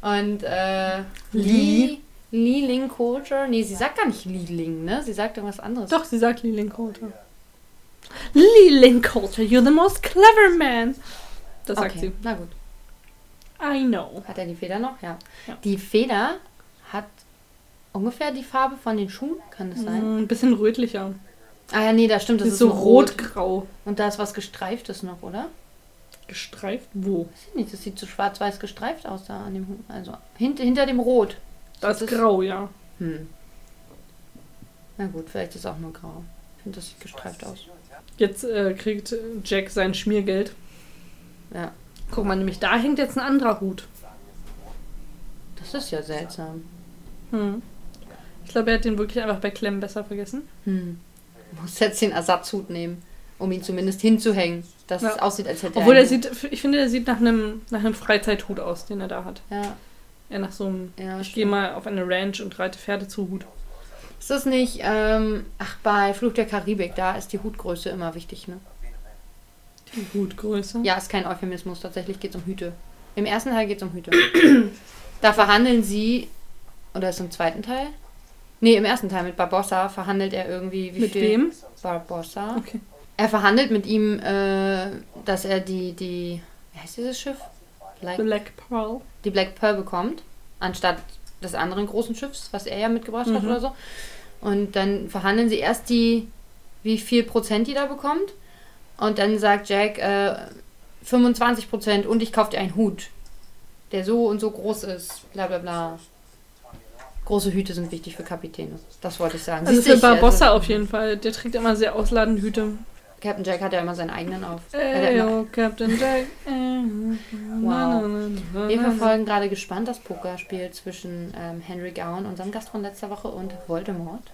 B: und äh, Lee. Lee Ling Coulter. Nee, sie sagt gar nicht Lee Ling, ne? Sie sagt irgendwas anderes.
A: Doch, sie sagt Lee Linkholter. Lee Linkholter, you're the most clever man. Das sagt
B: okay. Na gut.
A: sie. I know.
B: Hat er die Feder noch? Ja.
A: Ja.
B: Die Feder hat ungefähr die Farbe von den Schuhen, kann das sein?
A: Hm, ein bisschen rötlicher.
B: Ah ja, nee, das stimmt. Das ist,
A: ist so
B: nur rot.
A: rot-grau
B: Und da ist was gestreiftes noch, oder?
A: gestreift. Wo?
B: Weiß ich nicht, das sieht so schwarz-weiß gestreift aus da an dem Hut. Also hint, hinter dem Rot.
A: Das ist grau, ja.
B: Hm. Na gut, vielleicht ist auch nur grau. Ich finde, das sieht gestreift aus.
A: Jetzt äh, kriegt Jack sein Schmiergeld.
B: Ja,
A: Guck mal, nämlich da hängt jetzt ein anderer Hut.
B: das ist ja seltsam.
A: Hm. Ich glaube, er hat den wirklich einfach bei Clem besser vergessen.
B: Hm. Muss jetzt den Ersatzhut nehmen, um ihn zumindest hinzuhängen, dass
A: Ja.
B: es aussieht, als hätte
A: Obwohl
B: er.
A: er sieht, ich finde, er sieht nach einem, nach einem Freizeithut aus, den er da hat.
B: Ja,
A: Er nach so einem,
B: ja.
A: ich gehe mal auf eine Ranch und reite Pferde zu Hut.
B: Ist das nicht, ähm, ach, bei Fluch der Karibik, da ist die Hutgröße immer wichtig, ne?
A: Die Hutgröße.
B: Ja, ist kein Euphemismus, tatsächlich geht es um Hüte. Im ersten Teil geht es um Hüte. da verhandeln sie, oder ist es im zweiten Teil? Nee, im ersten Teil mit Barbossa verhandelt er irgendwie, wie
A: Mit
B: viel?
A: wem?
B: Barbossa.
A: Okay.
B: Er verhandelt mit ihm, äh, dass er die, die, wie heißt dieses Schiff? Black,
A: Black Pearl.
B: die Black Pearl bekommt, anstatt des anderen großen Schiffs, was er ja mitgebracht hat
A: Mhm.
B: oder so. Und dann verhandeln sie erst die, wie viel Prozent die da bekommt. Und dann sagt Jack, äh, 25 Prozent und ich kaufe dir einen Hut, der so und so groß ist, bla bla bla. Große Hüte sind wichtig für Kapitäne. Das wollte ich sagen.
A: Also
B: Siehst du,
A: für
B: ich-
A: Barbossa auf jeden Fall. Der trägt immer sehr ausladende Hüte.
B: Captain Jack hat ja immer seinen eigenen auf. Hat er
A: Ey,
B: immer-
A: oh, Captain Jack. Wow.
B: Äh, Wow. Wir
A: also-
B: verfolgen gerade gespannt das Pokerspiel zwischen ähm, Henry Gowan, unserem Gast von letzter Woche, und Voldemort.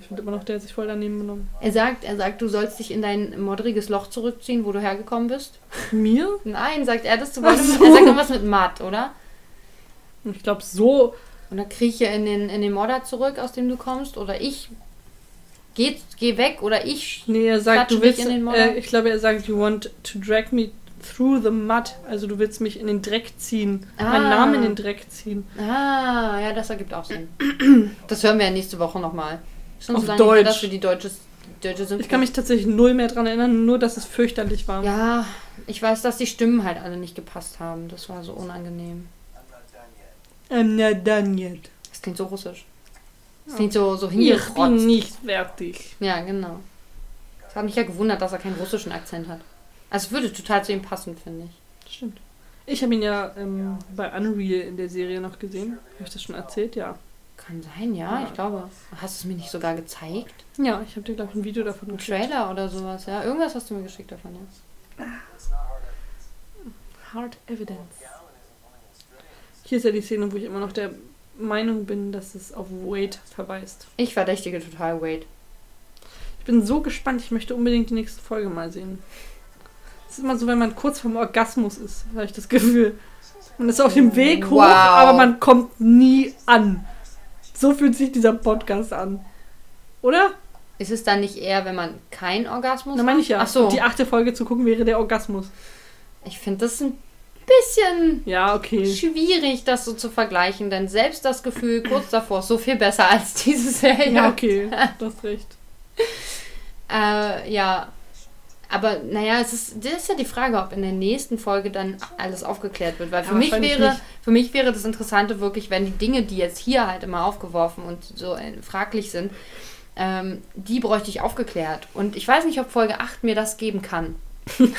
A: Ich finde immer noch, der hat sich voll daneben genommen.
B: Er sagt, er sagt, du sollst dich in dein modriges Loch zurückziehen, wo du hergekommen bist.
A: Mir?
B: Nein, sagt er das zu
A: Ach
B: Voldemort.
A: so.
B: Er sagt irgendwas mit Matt, oder?
A: Ich glaube, so.
B: Und dann krieche in den, in den Modder zurück, aus dem du kommst. Oder ich geh, geh weg oder ich.
A: Nee, er sagt,
B: Klatschen
A: du willst.
B: dich in den Modder?
A: Äh, ich glaube, er sagt, you want to drag me through the mud. Also, du willst mich in den Dreck ziehen.
B: Ah.
A: Meinen Namen in den Dreck ziehen.
B: Ah, ja, das ergibt auch Sinn. Das hören wir ja nächste Woche nochmal. Schon
A: Auf
B: so lange nicht mehr,
A: Deutsch.
B: dass wir die deutsche, die deutsche Synchro-
A: Ich kann mich tatsächlich null mehr dran erinnern, nur dass es fürchterlich war.
B: Ja, ich weiß, dass die Stimmen halt alle nicht gepasst haben. Das war so unangenehm.
A: I'm not done yet.
B: Das klingt so russisch. Das klingt so, so
A: Ich bin
B: hingerotzt.
A: nicht fertig.
B: Ja, genau. Es hat mich ja gewundert, dass er keinen russischen Akzent hat. Also es würde total zu ihm passen, finde ich.
A: Stimmt. Ich habe ihn ja ähm, bei Unreal in der Serie noch gesehen. Habe ich das schon erzählt? Ja.
B: Kann sein, ja,
A: Ja.
B: ich glaube. Hast du es mir nicht sogar gezeigt?
A: Ja, ich habe dir, glaube ich, ein Video davon
B: Ein
A: geschickt.
B: Trailer oder sowas, ja. Irgendwas hast du mir geschickt davon, ja.
A: Hard Evidence. Hier ist ja die Szene, wo ich immer noch der Meinung bin, dass es auf Wade verweist.
B: Ich verdächtige total Wade.
A: Ich bin so gespannt, ich möchte unbedingt die nächste Folge mal sehen. Es ist immer so, wenn man kurz vorm Orgasmus ist, habe ich das Gefühl. Man ist auf dem Weg hoch,
B: Wow.
A: aber man kommt nie an. So fühlt sich dieser Podcast an. Oder?
B: Ist es dann nicht eher, wenn man keinen Orgasmus
A: Na meine ich ja.
B: Ach so.
A: Die achte Folge zu gucken wäre der Orgasmus.
B: Ich finde das ein bisschen
A: Ja, okay.
B: schwierig, das so zu vergleichen, denn selbst das Gefühl kurz davor ist so viel besser als diese Serie.
A: Ja, okay. Du hast recht.
B: Äh, ja. Aber naja, es ist, das ist ja die Frage, ob in der nächsten Folge dann alles aufgeklärt wird. Weil für,
A: Ja,
B: mich,
A: wahrscheinlich
B: wäre,
A: nicht.
B: für mich wäre das Interessante wirklich, wenn die Dinge, die jetzt hier halt immer aufgeworfen und so äh, fraglich sind, ähm, die bräuchte ich aufgeklärt. Und ich weiß nicht, ob Folge 8 mir das geben kann.
A: Ich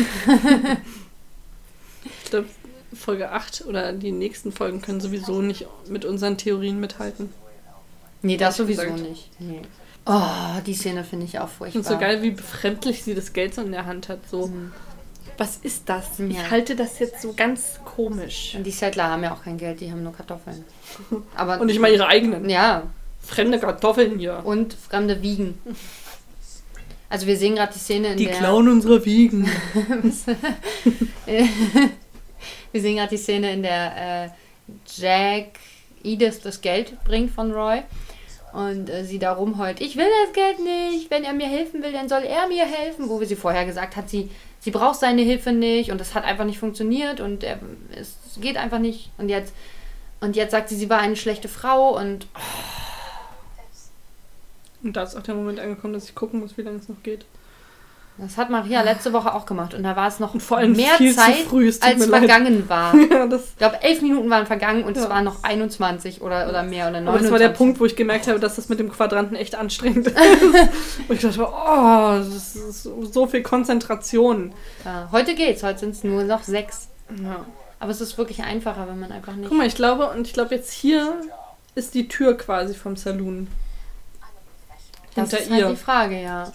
A: glaube, Folge 8 oder die nächsten Folgen können sowieso nicht mit unseren Theorien mithalten.
B: Nee, das sowieso
A: gesagt.
B: nicht. Nee. Oh, die Szene finde ich auch
A: Ich
B: furchtbar.
A: finde so geil, wie befremdlich sie das Geld so in der Hand hat. So, was ist das?
B: Ja.
A: Ich halte das jetzt so ganz komisch.
B: Und die Settler haben ja auch kein Geld, die haben nur Kartoffeln. Aber
A: Und nicht mal ihre eigenen.
B: Ja,
A: Fremde Kartoffeln hier.
B: Und fremde Wiegen. Also wir sehen gerade die Szene, in
C: Die
B: der...
C: klauen unsere Wiegen.
B: Wir sehen gerade die Szene, in der äh, Jack Edith das Geld bringt von Roy. Und äh, sie da rumheult, ich will das Geld nicht. Wenn er mir helfen will, dann soll er mir helfen. Wo wir sie vorher gesagt hat, sie, sie braucht seine Hilfe nicht und das hat einfach nicht funktioniert und er, es geht einfach nicht. Und jetzt, und jetzt sagt sie, sie war eine schlechte Frau und
A: Und da ist auch der Moment angekommen, dass ich gucken muss, wie lange es noch geht.
B: das hat Maria letzte Woche auch gemacht. Und da war es noch
A: Und vor allem
B: mehr
A: viel zu
B: Zeit,
A: früh, es tut
B: als
A: mir leid.
B: vergangen war.
A: Ja, das,
B: Ich glaube, elf Minuten waren vergangen und es
A: Ja.
B: waren noch 21 oder, oder mehr oder 29.
A: aber das war der Punkt, wo ich gemerkt habe, dass das mit dem Quadranten echt anstrengend ist. Und ich dachte, oh, das ist so viel Konzentration.
B: Ja, heute geht's, heute sind es nur noch sechs.
A: Ja.
B: Aber es ist wirklich einfacher, wenn man einfach nicht.
A: Guck mal, ich glaube, und ich glaube, jetzt hier ist die Tür quasi vom Saloon.
B: das
A: hinter
B: ist halt
A: ihr.
B: die Frage, ja.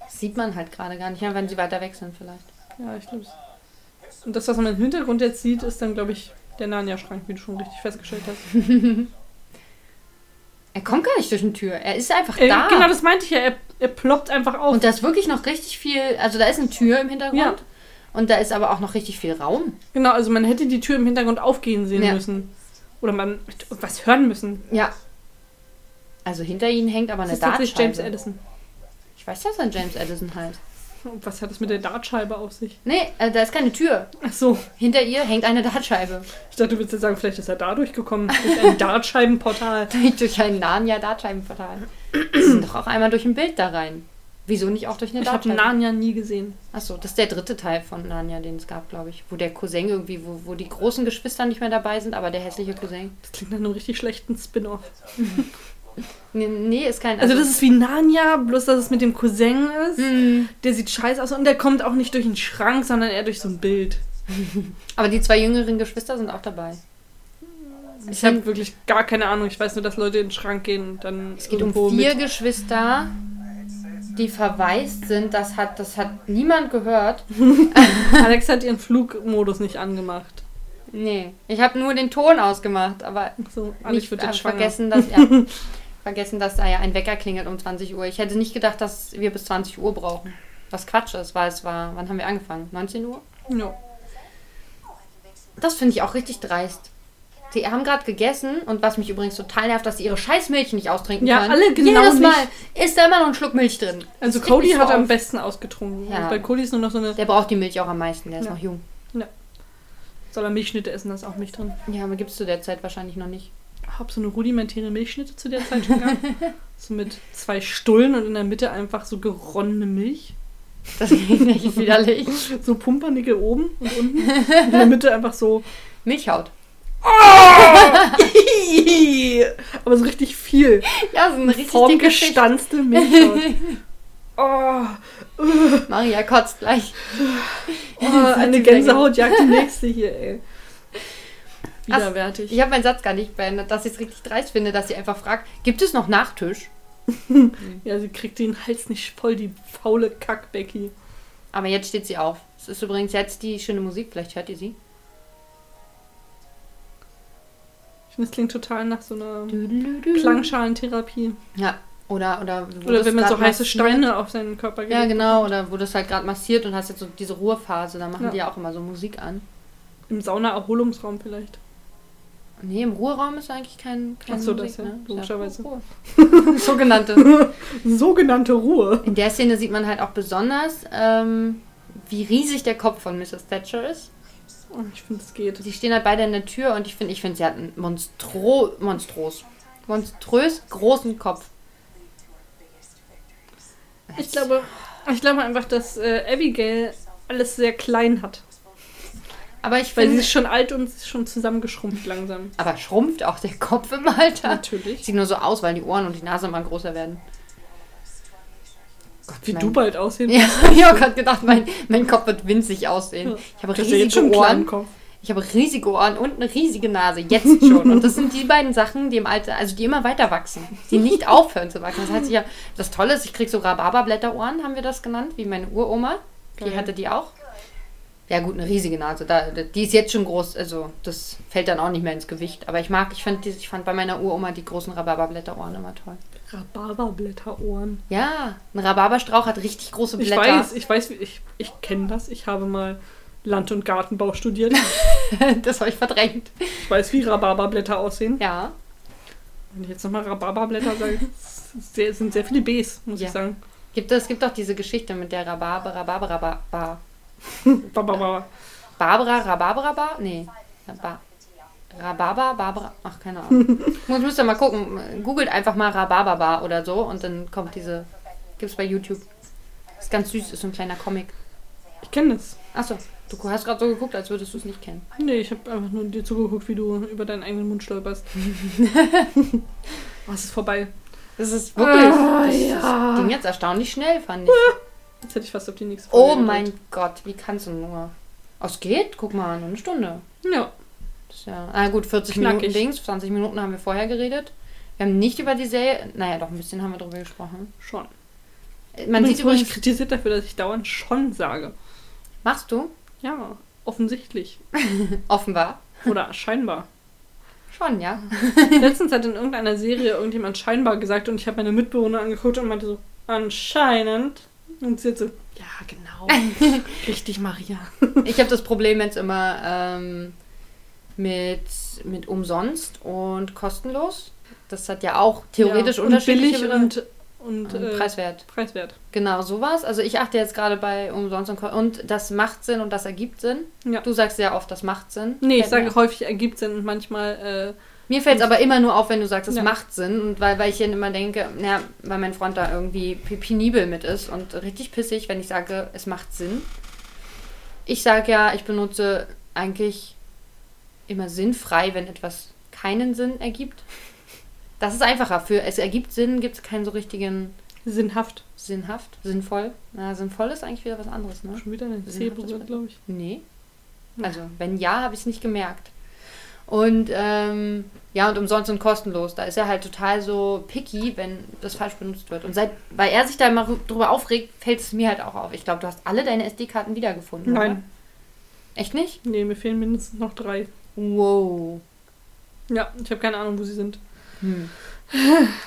B: Das sieht man halt gerade gar nicht, ja, wenn sie weiter weg sind vielleicht.
A: Ja, ich glaube Und das, was man im Hintergrund jetzt sieht, ist dann, glaube ich, der Narnia-Schrank, wie du schon richtig festgestellt hast.
B: Er kommt gar nicht durch die Tür, er ist einfach
A: Äh,
B: da.
A: Genau, das meinte ich ja. Er, er ploppt einfach auf.
B: und da ist wirklich noch richtig viel, also da ist eine Tür im Hintergrund
A: Ja.
B: und da ist aber auch noch richtig viel Raum.
A: Genau, also man hätte die Tür im Hintergrund aufgehen sehen
B: Ja.
A: müssen. Oder man hätte was hören müssen.
B: Ja. Also hinter ihnen hängt aber
A: Das
B: eine
A: ist tatsächlich James
B: Dartscheibe.
A: Addison.
B: Ich weiß, dass er James Addison heißt.
A: Und was hat das mit der Dartscheibe auf sich?
B: Nee, äh, da ist keine Tür.
A: Ach so,
B: Hinter ihr hängt eine Dartscheibe.
A: ich dachte, du würdest jetzt sagen, vielleicht ist er da durchgekommen. Durch ein Dartscheibenportal.
B: durch ein Narnia-Dartscheibenportal. Sie sind doch auch einmal durch ein Bild da rein. Wieso nicht auch durch eine
A: Ich habe
B: Dartscheibe?
A: Narnia nie gesehen.
B: Achso, das ist der dritte Teil von Narnia, den es gab, glaube ich. Wo der Cousin irgendwie, wo, wo die großen Geschwister nicht mehr dabei sind, aber der hässliche Cousin.
A: Das klingt nach einem richtig schlechten Spin-off.
B: Nee, nee ist kein.
A: Also das ist wie Narnia, bloß dass es mit dem Cousin ist.
B: Mm.
A: Der sieht scheiße aus und der kommt auch nicht durch einen Schrank, sondern eher durch so ein Bild.
B: Aber die zwei jüngeren Geschwister sind auch dabei.
A: Ich habe wirklich gar keine Ahnung. Ich weiß nur, dass Leute in den Schrank gehen und dann
B: Es geht um vier Geschwister, die verwaist sind. Das hat, das hat niemand gehört.
A: Alex hat ihren Flugmodus nicht angemacht.
B: Nee, ich habe nur den Ton ausgemacht, aber
A: So, Alex
B: nicht
A: wird
B: äh,
A: jetzt schwanger.
B: vergessen, dass ja, vergessen, dass da ja ein Wecker klingelt um 20 Uhr. Ich hätte nicht gedacht, dass wir bis 20 Uhr brauchen. Was Quatsch ist, weil es war, wann haben wir angefangen? 19 Uhr?
A: Ja.
B: Das finde ich auch richtig dreist. Sie haben gerade gegessen und was mich übrigens total nervt, dass sie ihre Scheißmilch nicht austrinken
A: Ja,
B: können.
A: alle genau
B: Jedes Mal
A: nicht.
B: ist da immer noch ein Schluck Milch drin.
A: Also
B: Das regt
A: Cody
B: mich so
A: hat am
B: auf.
A: besten ausgetrunken.
B: Ja.
A: Und Bei Cody ist nur noch so eine...
B: Der braucht die Milch auch am meisten, der ist
A: Ja.
B: noch jung.
A: Soll er Milchschnitte essen, da ist auch Milch drin.
B: Ja, aber gibt's zu der Zeit wahrscheinlich noch nicht.
A: Hab so eine rudimentäre Milchschnitte zu der Zeit schon gehabt. so mit zwei Stullen und in der Mitte einfach so geronnene Milch.
B: Das klingt echt widerlich.
A: So Pumpernickel oben und unten. Und in der Mitte einfach so...
B: Milchhaut.
A: Aber so richtig viel.
B: Ja, so ein richtig dicke Schicht.
A: Formgestanzte Milchhaut. Oh,
B: Maria kotzt gleich.
A: oh eine Gänsehaut jagt die nächste hier, ey. Widerwärtig.
B: Ich habe meinen Satz gar nicht beendet, dass ich es richtig dreist finde, dass sie einfach fragt, gibt es noch Nachtisch?
A: Ja, sie kriegt den Hals nicht voll, die faule Kack-Becky.
B: Aber jetzt steht sie auf. Es ist übrigens jetzt die schöne Musik, vielleicht hört ihr sie.
A: Ich finde, das klingt total nach so einer Klangschalentherapie.
B: Ja, oder, oder, wo
A: Oder
B: das
A: wenn man so
B: grad
A: heiße
B: massiert-
A: Steine auf seinen Körper gibt.
B: Ja, genau, oder wo das halt gerade massiert und hast jetzt so diese Ruhephase, da machen
A: Ja.
B: die ja auch immer so Musik an.
A: Im Sauna-Erholungsraum vielleicht.
B: Nee, im Ruheraum ist eigentlich kein, kein
A: Ach so,
B: Musik,
A: das ja,
B: ne?
A: logischerweise.
B: Ruhe. Sogenannte.
A: Sogenannte Ruhe.
B: In der Szene sieht man halt auch besonders, ähm, wie riesig der Kopf von Mrs. Thatcher ist.
A: Oh, ich finde, es geht.
B: Die stehen halt beide in der Tür und ich finde, ich finde, sie hat einen monstro, monstros, monströs großen Kopf.
A: Ich glaube, ich glaube einfach, dass äh, Abigail alles sehr klein hat.
B: Aber ich
A: Weil sie
B: finde,
A: ist schon alt und sie ist schon zusammengeschrumpft langsam.
B: aber schrumpft auch der Kopf im Alter.
A: Natürlich.
B: Sieht nur so aus, weil die Ohren und die Nase immer größer werden. Gott,
A: Wie
B: mein-
A: du bald aussehen
B: Ja, ich habe gerade gedacht, mein, mein Kopf wird winzig aussehen.
A: Ja.
B: Ich habe
A: Das ist ja jetzt
B: riesige
A: schon
B: Ohren.
A: kleinen Kopf.
B: Ich habe riesige Ohren und eine riesige Nase, jetzt schon. Und das sind die beiden Sachen, die im Alter, also die immer weiter wachsen, die nicht aufhören zu wachsen. Das heißt, ich ja, das Tolle ist, ich kriege so Rhabarberblätterohren, haben wir das genannt, wie meine Uroma. Die
A: Geil.
B: hatte die auch. Ja gut, eine riesige Nase. Da, die ist jetzt schon groß, also das fällt dann auch nicht mehr ins Gewicht. Aber ich mag, ich fand, die- ich fand bei meiner Uroma die großen Rhabarberblätterohren immer toll.
A: Rhabarberblätterohren.
B: Ja, ein Rhabarberstrauch hat richtig große
A: Ich
B: Blätter.
A: weiß, ich weiß, wie- ich, ich kenne das. Ich habe mal Land- und Gartenbau studiert.
B: Das habe ich verdrängt.
A: Ich weiß, wie Rhabarberblätter aussehen.
B: Ja.
A: Wenn ich jetzt nochmal Rhabarberblätter sage, es ist sehr, es sind sehr viele Bs, muss
B: Ja.
A: ich sagen.
B: Gibt, es gibt doch diese Geschichte mit der Rhabarber, Rhabarber, Rhabarber.
A: Ba, ba, ba.
B: Barbara, Rhabarber, Bar? Nee. Rhabar- Rhabarber, Barbara. Ach, keine Ahnung. Muss, müsst ihr mal gucken. Googelt einfach mal Rhabarberbar oder so und dann kommt diese. Gibt's bei YouTube. Ist ganz süß, ist so ein kleiner Comic.
A: Ich kenne das.
B: Achso, du hast gerade so geguckt, als würdest du es nicht kennen.
A: Nee, ich habe einfach nur dir zugeguckt, wie du über deinen eigenen Mund stolperst. oh, es ist vorbei.
B: Das ist wirklich. das das ging jetzt erstaunlich schnell, fand ich.
A: Jetzt hätte ich fast auf die nächste Folge
B: Oh
A: gedrückt.
B: mein Gott, wie kannst du nur? Oh, es geht? Guck mal, nur eine Stunde.
A: Ja,
B: Das ist ja, ah gut, 40
A: Knackig.
B: Minuten Dings, 20 Minuten haben wir vorher geredet. Wir haben nicht über die Serie, naja, doch ein bisschen haben wir drüber gesprochen.
A: schon.
B: Man sieht
A: wurde ich
B: übrigens,
A: kritisiert dafür, dass ich dauernd schon sage.
B: machst du?
A: Ja, offensichtlich.
B: Offenbar.
A: Oder scheinbar.
B: Schon, ja.
A: Letztens hat in irgendeiner Serie irgendjemand scheinbar gesagt und ich habe meine Mitbewohner angeguckt und meinte so, anscheinend. Und sie hat so, ja, genau. Richtig, Maria.
B: Ich habe das Problem jetzt immer ähm, mit, mit umsonst und kostenlos. Das hat ja auch theoretisch
A: ja, und
B: unterschiedliche
A: billig
B: Bedeutung.
A: und, und
B: Und
A: äh,
B: preiswert.
A: preiswert.
B: Genau, sowas. Also ich achte jetzt gerade bei umsonst und, ko- und das macht Sinn und das ergibt Sinn.
A: Ja.
B: Du sagst sehr oft, das macht Sinn.
A: Nee, ich
B: Fällt mir
A: sage häufig ergibt Sinn und manchmal,
B: Mir fällt es aber immer nur auf, wenn du sagst, es
A: Ja.
B: macht Sinn. Und weil, weil ich dann immer denke, naja, weil mein Freund da irgendwie pe- penibel mit ist und richtig pissig, wenn ich sage, es macht Sinn. Ich sage ja, ich benutze eigentlich immer sinnfrei, wenn etwas keinen Sinn ergibt. Das ist einfacher. Für es ergibt Sinn, gibt es keinen so richtigen
A: äh, sinnhaft.
B: sinnhaft, sinnvoll. Na, sinnvoll ist eigentlich wieder was anderes, ne?
A: Schon wieder eine C
B: Sinnhaft ist
A: berührt,
B: bei-
A: glaube ich.
B: Nee. Also, wenn ja, habe ich es nicht gemerkt. Und ähm, ja, und umsonst und kostenlos. Da ist er halt total so picky, wenn das falsch benutzt wird. Und seit, weil er sich da immer rü- drüber aufregt, fällt es mir halt auch auf. Ich glaube, du hast alle deine SD-Karten wiedergefunden.
A: Nein.
B: Oder? Echt nicht?
A: Nee, mir fehlen mindestens noch drei.
B: Wow.
A: Ja, ich habe keine Ahnung, wo sie sind.
B: Hm.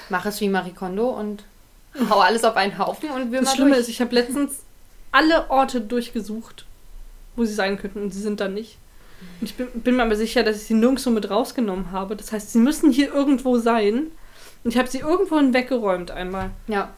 B: Mach es wie Marie Kondo und hau alles auf einen Haufen und wir
A: Das
B: mal
A: Schlimme
B: durch.
A: ist, ich habe letztens alle Orte durchgesucht, wo sie sein könnten und sie sind da nicht. Und ich bin, bin mir aber sicher, dass ich sie nirgendwo mit rausgenommen habe. Das heißt, sie müssen hier irgendwo sein. Und ich habe sie irgendwo hinweggeräumt einmal.
B: ja,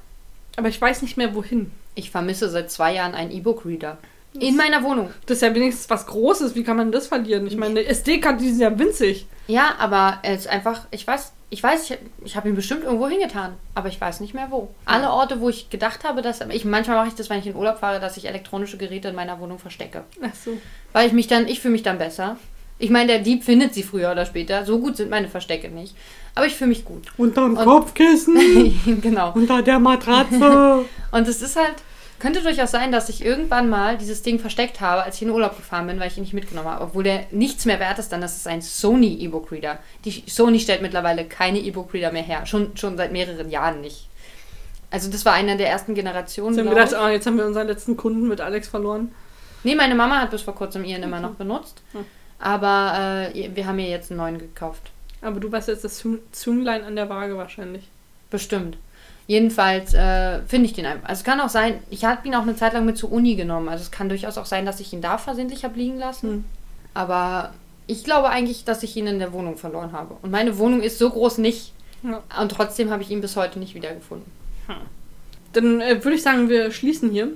A: Aber ich weiß nicht mehr, wohin.
B: ich vermisse seit zwei Jahren einen E-Book-Reader. In meiner Wohnung.
A: Das ist ja wenigstens was Großes. Wie kann man das verlieren? Ich meine, eine SD-Karte, die ist ja winzig.
B: Ja, aber er ist einfach, ich weiß, ich weiß, ich, ich habe ihn bestimmt irgendwo hingetan, aber ich weiß nicht mehr wo. Alle Orte, wo ich gedacht habe, dass ich manchmal mache ich das, wenn ich in Urlaub fahre, dass ich elektronische Geräte in meiner Wohnung verstecke,
A: Ach so.
B: weil ich mich dann, ich fühle mich dann besser. Ich meine, der Dieb findet sie früher oder später. So gut sind meine Verstecke nicht, aber ich fühle mich gut.
C: Unterm
B: Und-
C: Kopfkissen,
B: genau.
C: unter der Matratze.
B: Und es ist halt, könnte durchaus sein, dass ich irgendwann mal dieses Ding versteckt habe, als ich in den Urlaub gefahren bin, weil ich ihn nicht mitgenommen habe. Obwohl der nichts mehr wert ist, dann das ist ein Sony E-Book Reader. Die Sony stellt mittlerweile keine E-Book Reader mehr her. Schon, schon seit mehreren Jahren nicht. Also das war einer der ersten Generationen.
A: Sie haben
B: glaub
A: gedacht,
B: ich.
A: ah, jetzt haben wir unseren letzten Kunden mit Alex verloren.
B: Nee, meine Mama hat bis vor kurzem ihren immer noch benutzt. Aber äh, wir haben ihr jetzt einen neuen gekauft.
A: Aber du warst jetzt das Züng- Zünglein an der Waage wahrscheinlich.
B: Bestimmt. Jedenfalls äh, finde ich den einfach. Also es kann auch sein, ich habe ihn auch eine Zeit lang mit zur Uni genommen. Also es kann durchaus auch sein, dass ich ihn da versehentlich habe liegen lassen.
A: Hm.
B: Aber ich glaube eigentlich, dass ich ihn in der Wohnung verloren habe. Und meine Wohnung ist so groß nicht.
A: Ja. Hm.
B: Und trotzdem habe ich ihn bis heute nicht wiedergefunden.
A: Dann äh, würde ich sagen, wir schließen hier.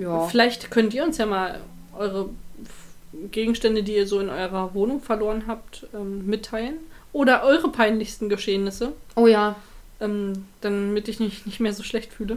B: Ja.
A: Vielleicht könnt ihr uns ja mal eure F- Gegenstände, die ihr so in eurer Wohnung verloren habt, ähm, mitteilen. Oder eure peinlichsten Geschehnisse,
B: Oh ja.
A: ähm, damit ich mich nicht mehr so schlecht fühle.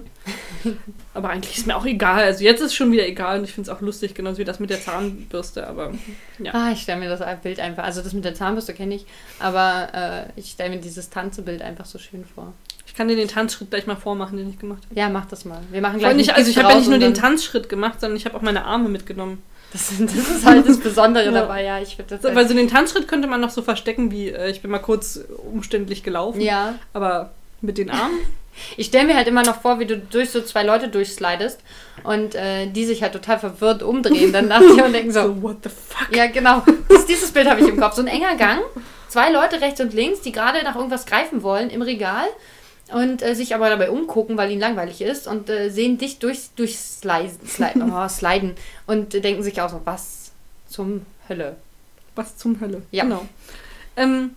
A: aber eigentlich ist mir auch egal. Also jetzt ist es schon wieder egal und ich finde es auch lustig, genauso wie das mit der Zahnbürste. Aber Ja.
B: Ah, ich stelle mir das Bild einfach. Also das mit der Zahnbürste kenne ich. Aber äh, ich stelle mir dieses Tanzebild einfach so schön vor.
A: ich kann dir den Tanzschritt gleich mal vormachen, den ich gemacht habe.
B: Ja, mach das mal. Wir machen
A: Vor
B: gleich.
A: allem nicht,
B: ein
A: also
B: GIF
A: ich habe ja nicht
B: draus
A: nur
B: und
A: den
B: dann-
A: Tanzschritt gemacht, sondern ich habe auch meine Arme mitgenommen.
B: Das, das ist halt das Besondere
A: Ja.
B: dabei. Ja, ich finde das.
A: So, weil so den Tanzschritt könnte man noch so verstecken, wie äh, ich bin mal kurz umständlich gelaufen,
B: ja.
A: aber mit den Armen
B: Ich stelle mir halt immer noch vor, wie du durch so zwei Leute durchslidest und äh, die sich halt total verwirrt umdrehen dann nach dir und denken so,
A: So, what the fuck?
B: ja genau, das, dieses Bild habe ich im Kopf. So ein enger Gang, zwei Leute rechts und links, die gerade nach irgendwas greifen wollen im Regal und äh, sich aber dabei umgucken, weil ihnen langweilig ist und äh, sehen dich durch, durch sliden, sliden, oh, sliden und äh, denken sich auch so, was zum Hölle.
A: Was zum Hölle.
B: Ja.
A: Genau. Ähm,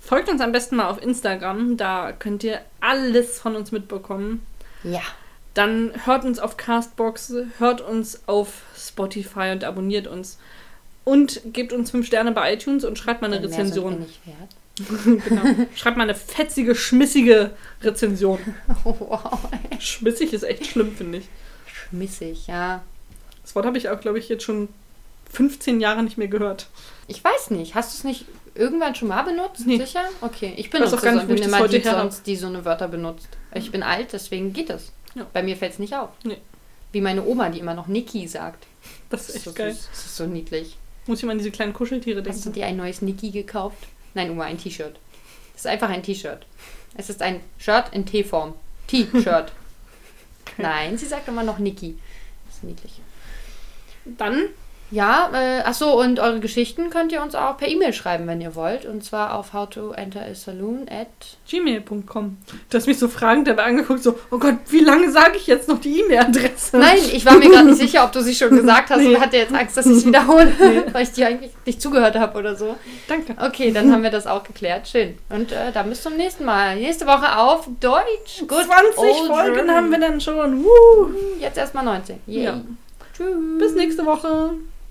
A: folgt uns am besten mal auf Instagram, da könnt ihr alles von uns mitbekommen.
B: Ja.
A: Dann hört uns auf Castbox, hört uns auf Spotify und abonniert uns. Und gebt uns 5 Sterne bei iTunes und schreibt mal eine Rezension.
B: Nicht wert.
A: Genau. Schreibt mal eine fetzige, schmissige Rezension.
B: Oh, wow.
A: Schmissig ist echt schlimm, finde ich.
B: Schmissig, ja.
A: Das Wort habe ich auch, glaube ich, jetzt schon 15 Jahre nicht mehr gehört.
B: Ich weiß nicht. Hast du es nicht irgendwann schon mal benutzt?
A: Nee.
B: Sicher? Okay. Ich
A: Weiß
B: benutze
A: auch gar nicht,
B: so,
A: wo ich
B: bin
A: das
B: immer
A: heute
B: die
A: her hab. Mhm.
B: sonst, die so eine Wörter benutzt. Ich bin alt, deswegen geht es.
A: Ja.
B: Bei mir fällt es nicht auf.
A: Nee.
B: Wie meine Oma, die immer noch Niki sagt.
A: Das ist echt
B: so
A: geil.
B: Süß. Das ist so niedlich.
A: Muss ich mal an diese kleinen Kuscheltiere
B: Hast du
A: denken.
B: dir ein neues Niki gekauft? Nein, Oma, ein T-Shirt. Es ist einfach ein T-Shirt. Es ist ein Shirt in T-Form. T-Shirt. Nein, sie sagt immer noch Niki. Das ist niedlich.
A: Dann
B: Ja, äh, achso, und eure Geschichten könnt ihr uns auch per E-Mail schreiben, wenn ihr wollt. Und zwar auf howtoenterasaloon at...
A: gmail.com. Du hast mich so fragend dabei angeguckt, so, oh Gott, wie lange sage ich jetzt noch die E-Mail-Adresse?
B: Nein, ich war mir gerade nicht sicher, ob du sie schon gesagt hast
A: Nee.
B: und hatte jetzt Angst, dass ich es wiederhole, weil ich dir eigentlich nicht zugehört habe oder so.
A: Danke.
B: Okay, dann haben wir das auch geklärt. Schön. Und äh, dann bis zum nächsten Mal. Nächste Woche auf Deutsch. Good
A: 20
B: old
A: Folgen
B: Oh, German.
A: haben wir dann schon. Woo.
B: Jetzt erstmal 19. Yay.
A: Ja.
B: Tschüss.
A: Bis nächste Woche.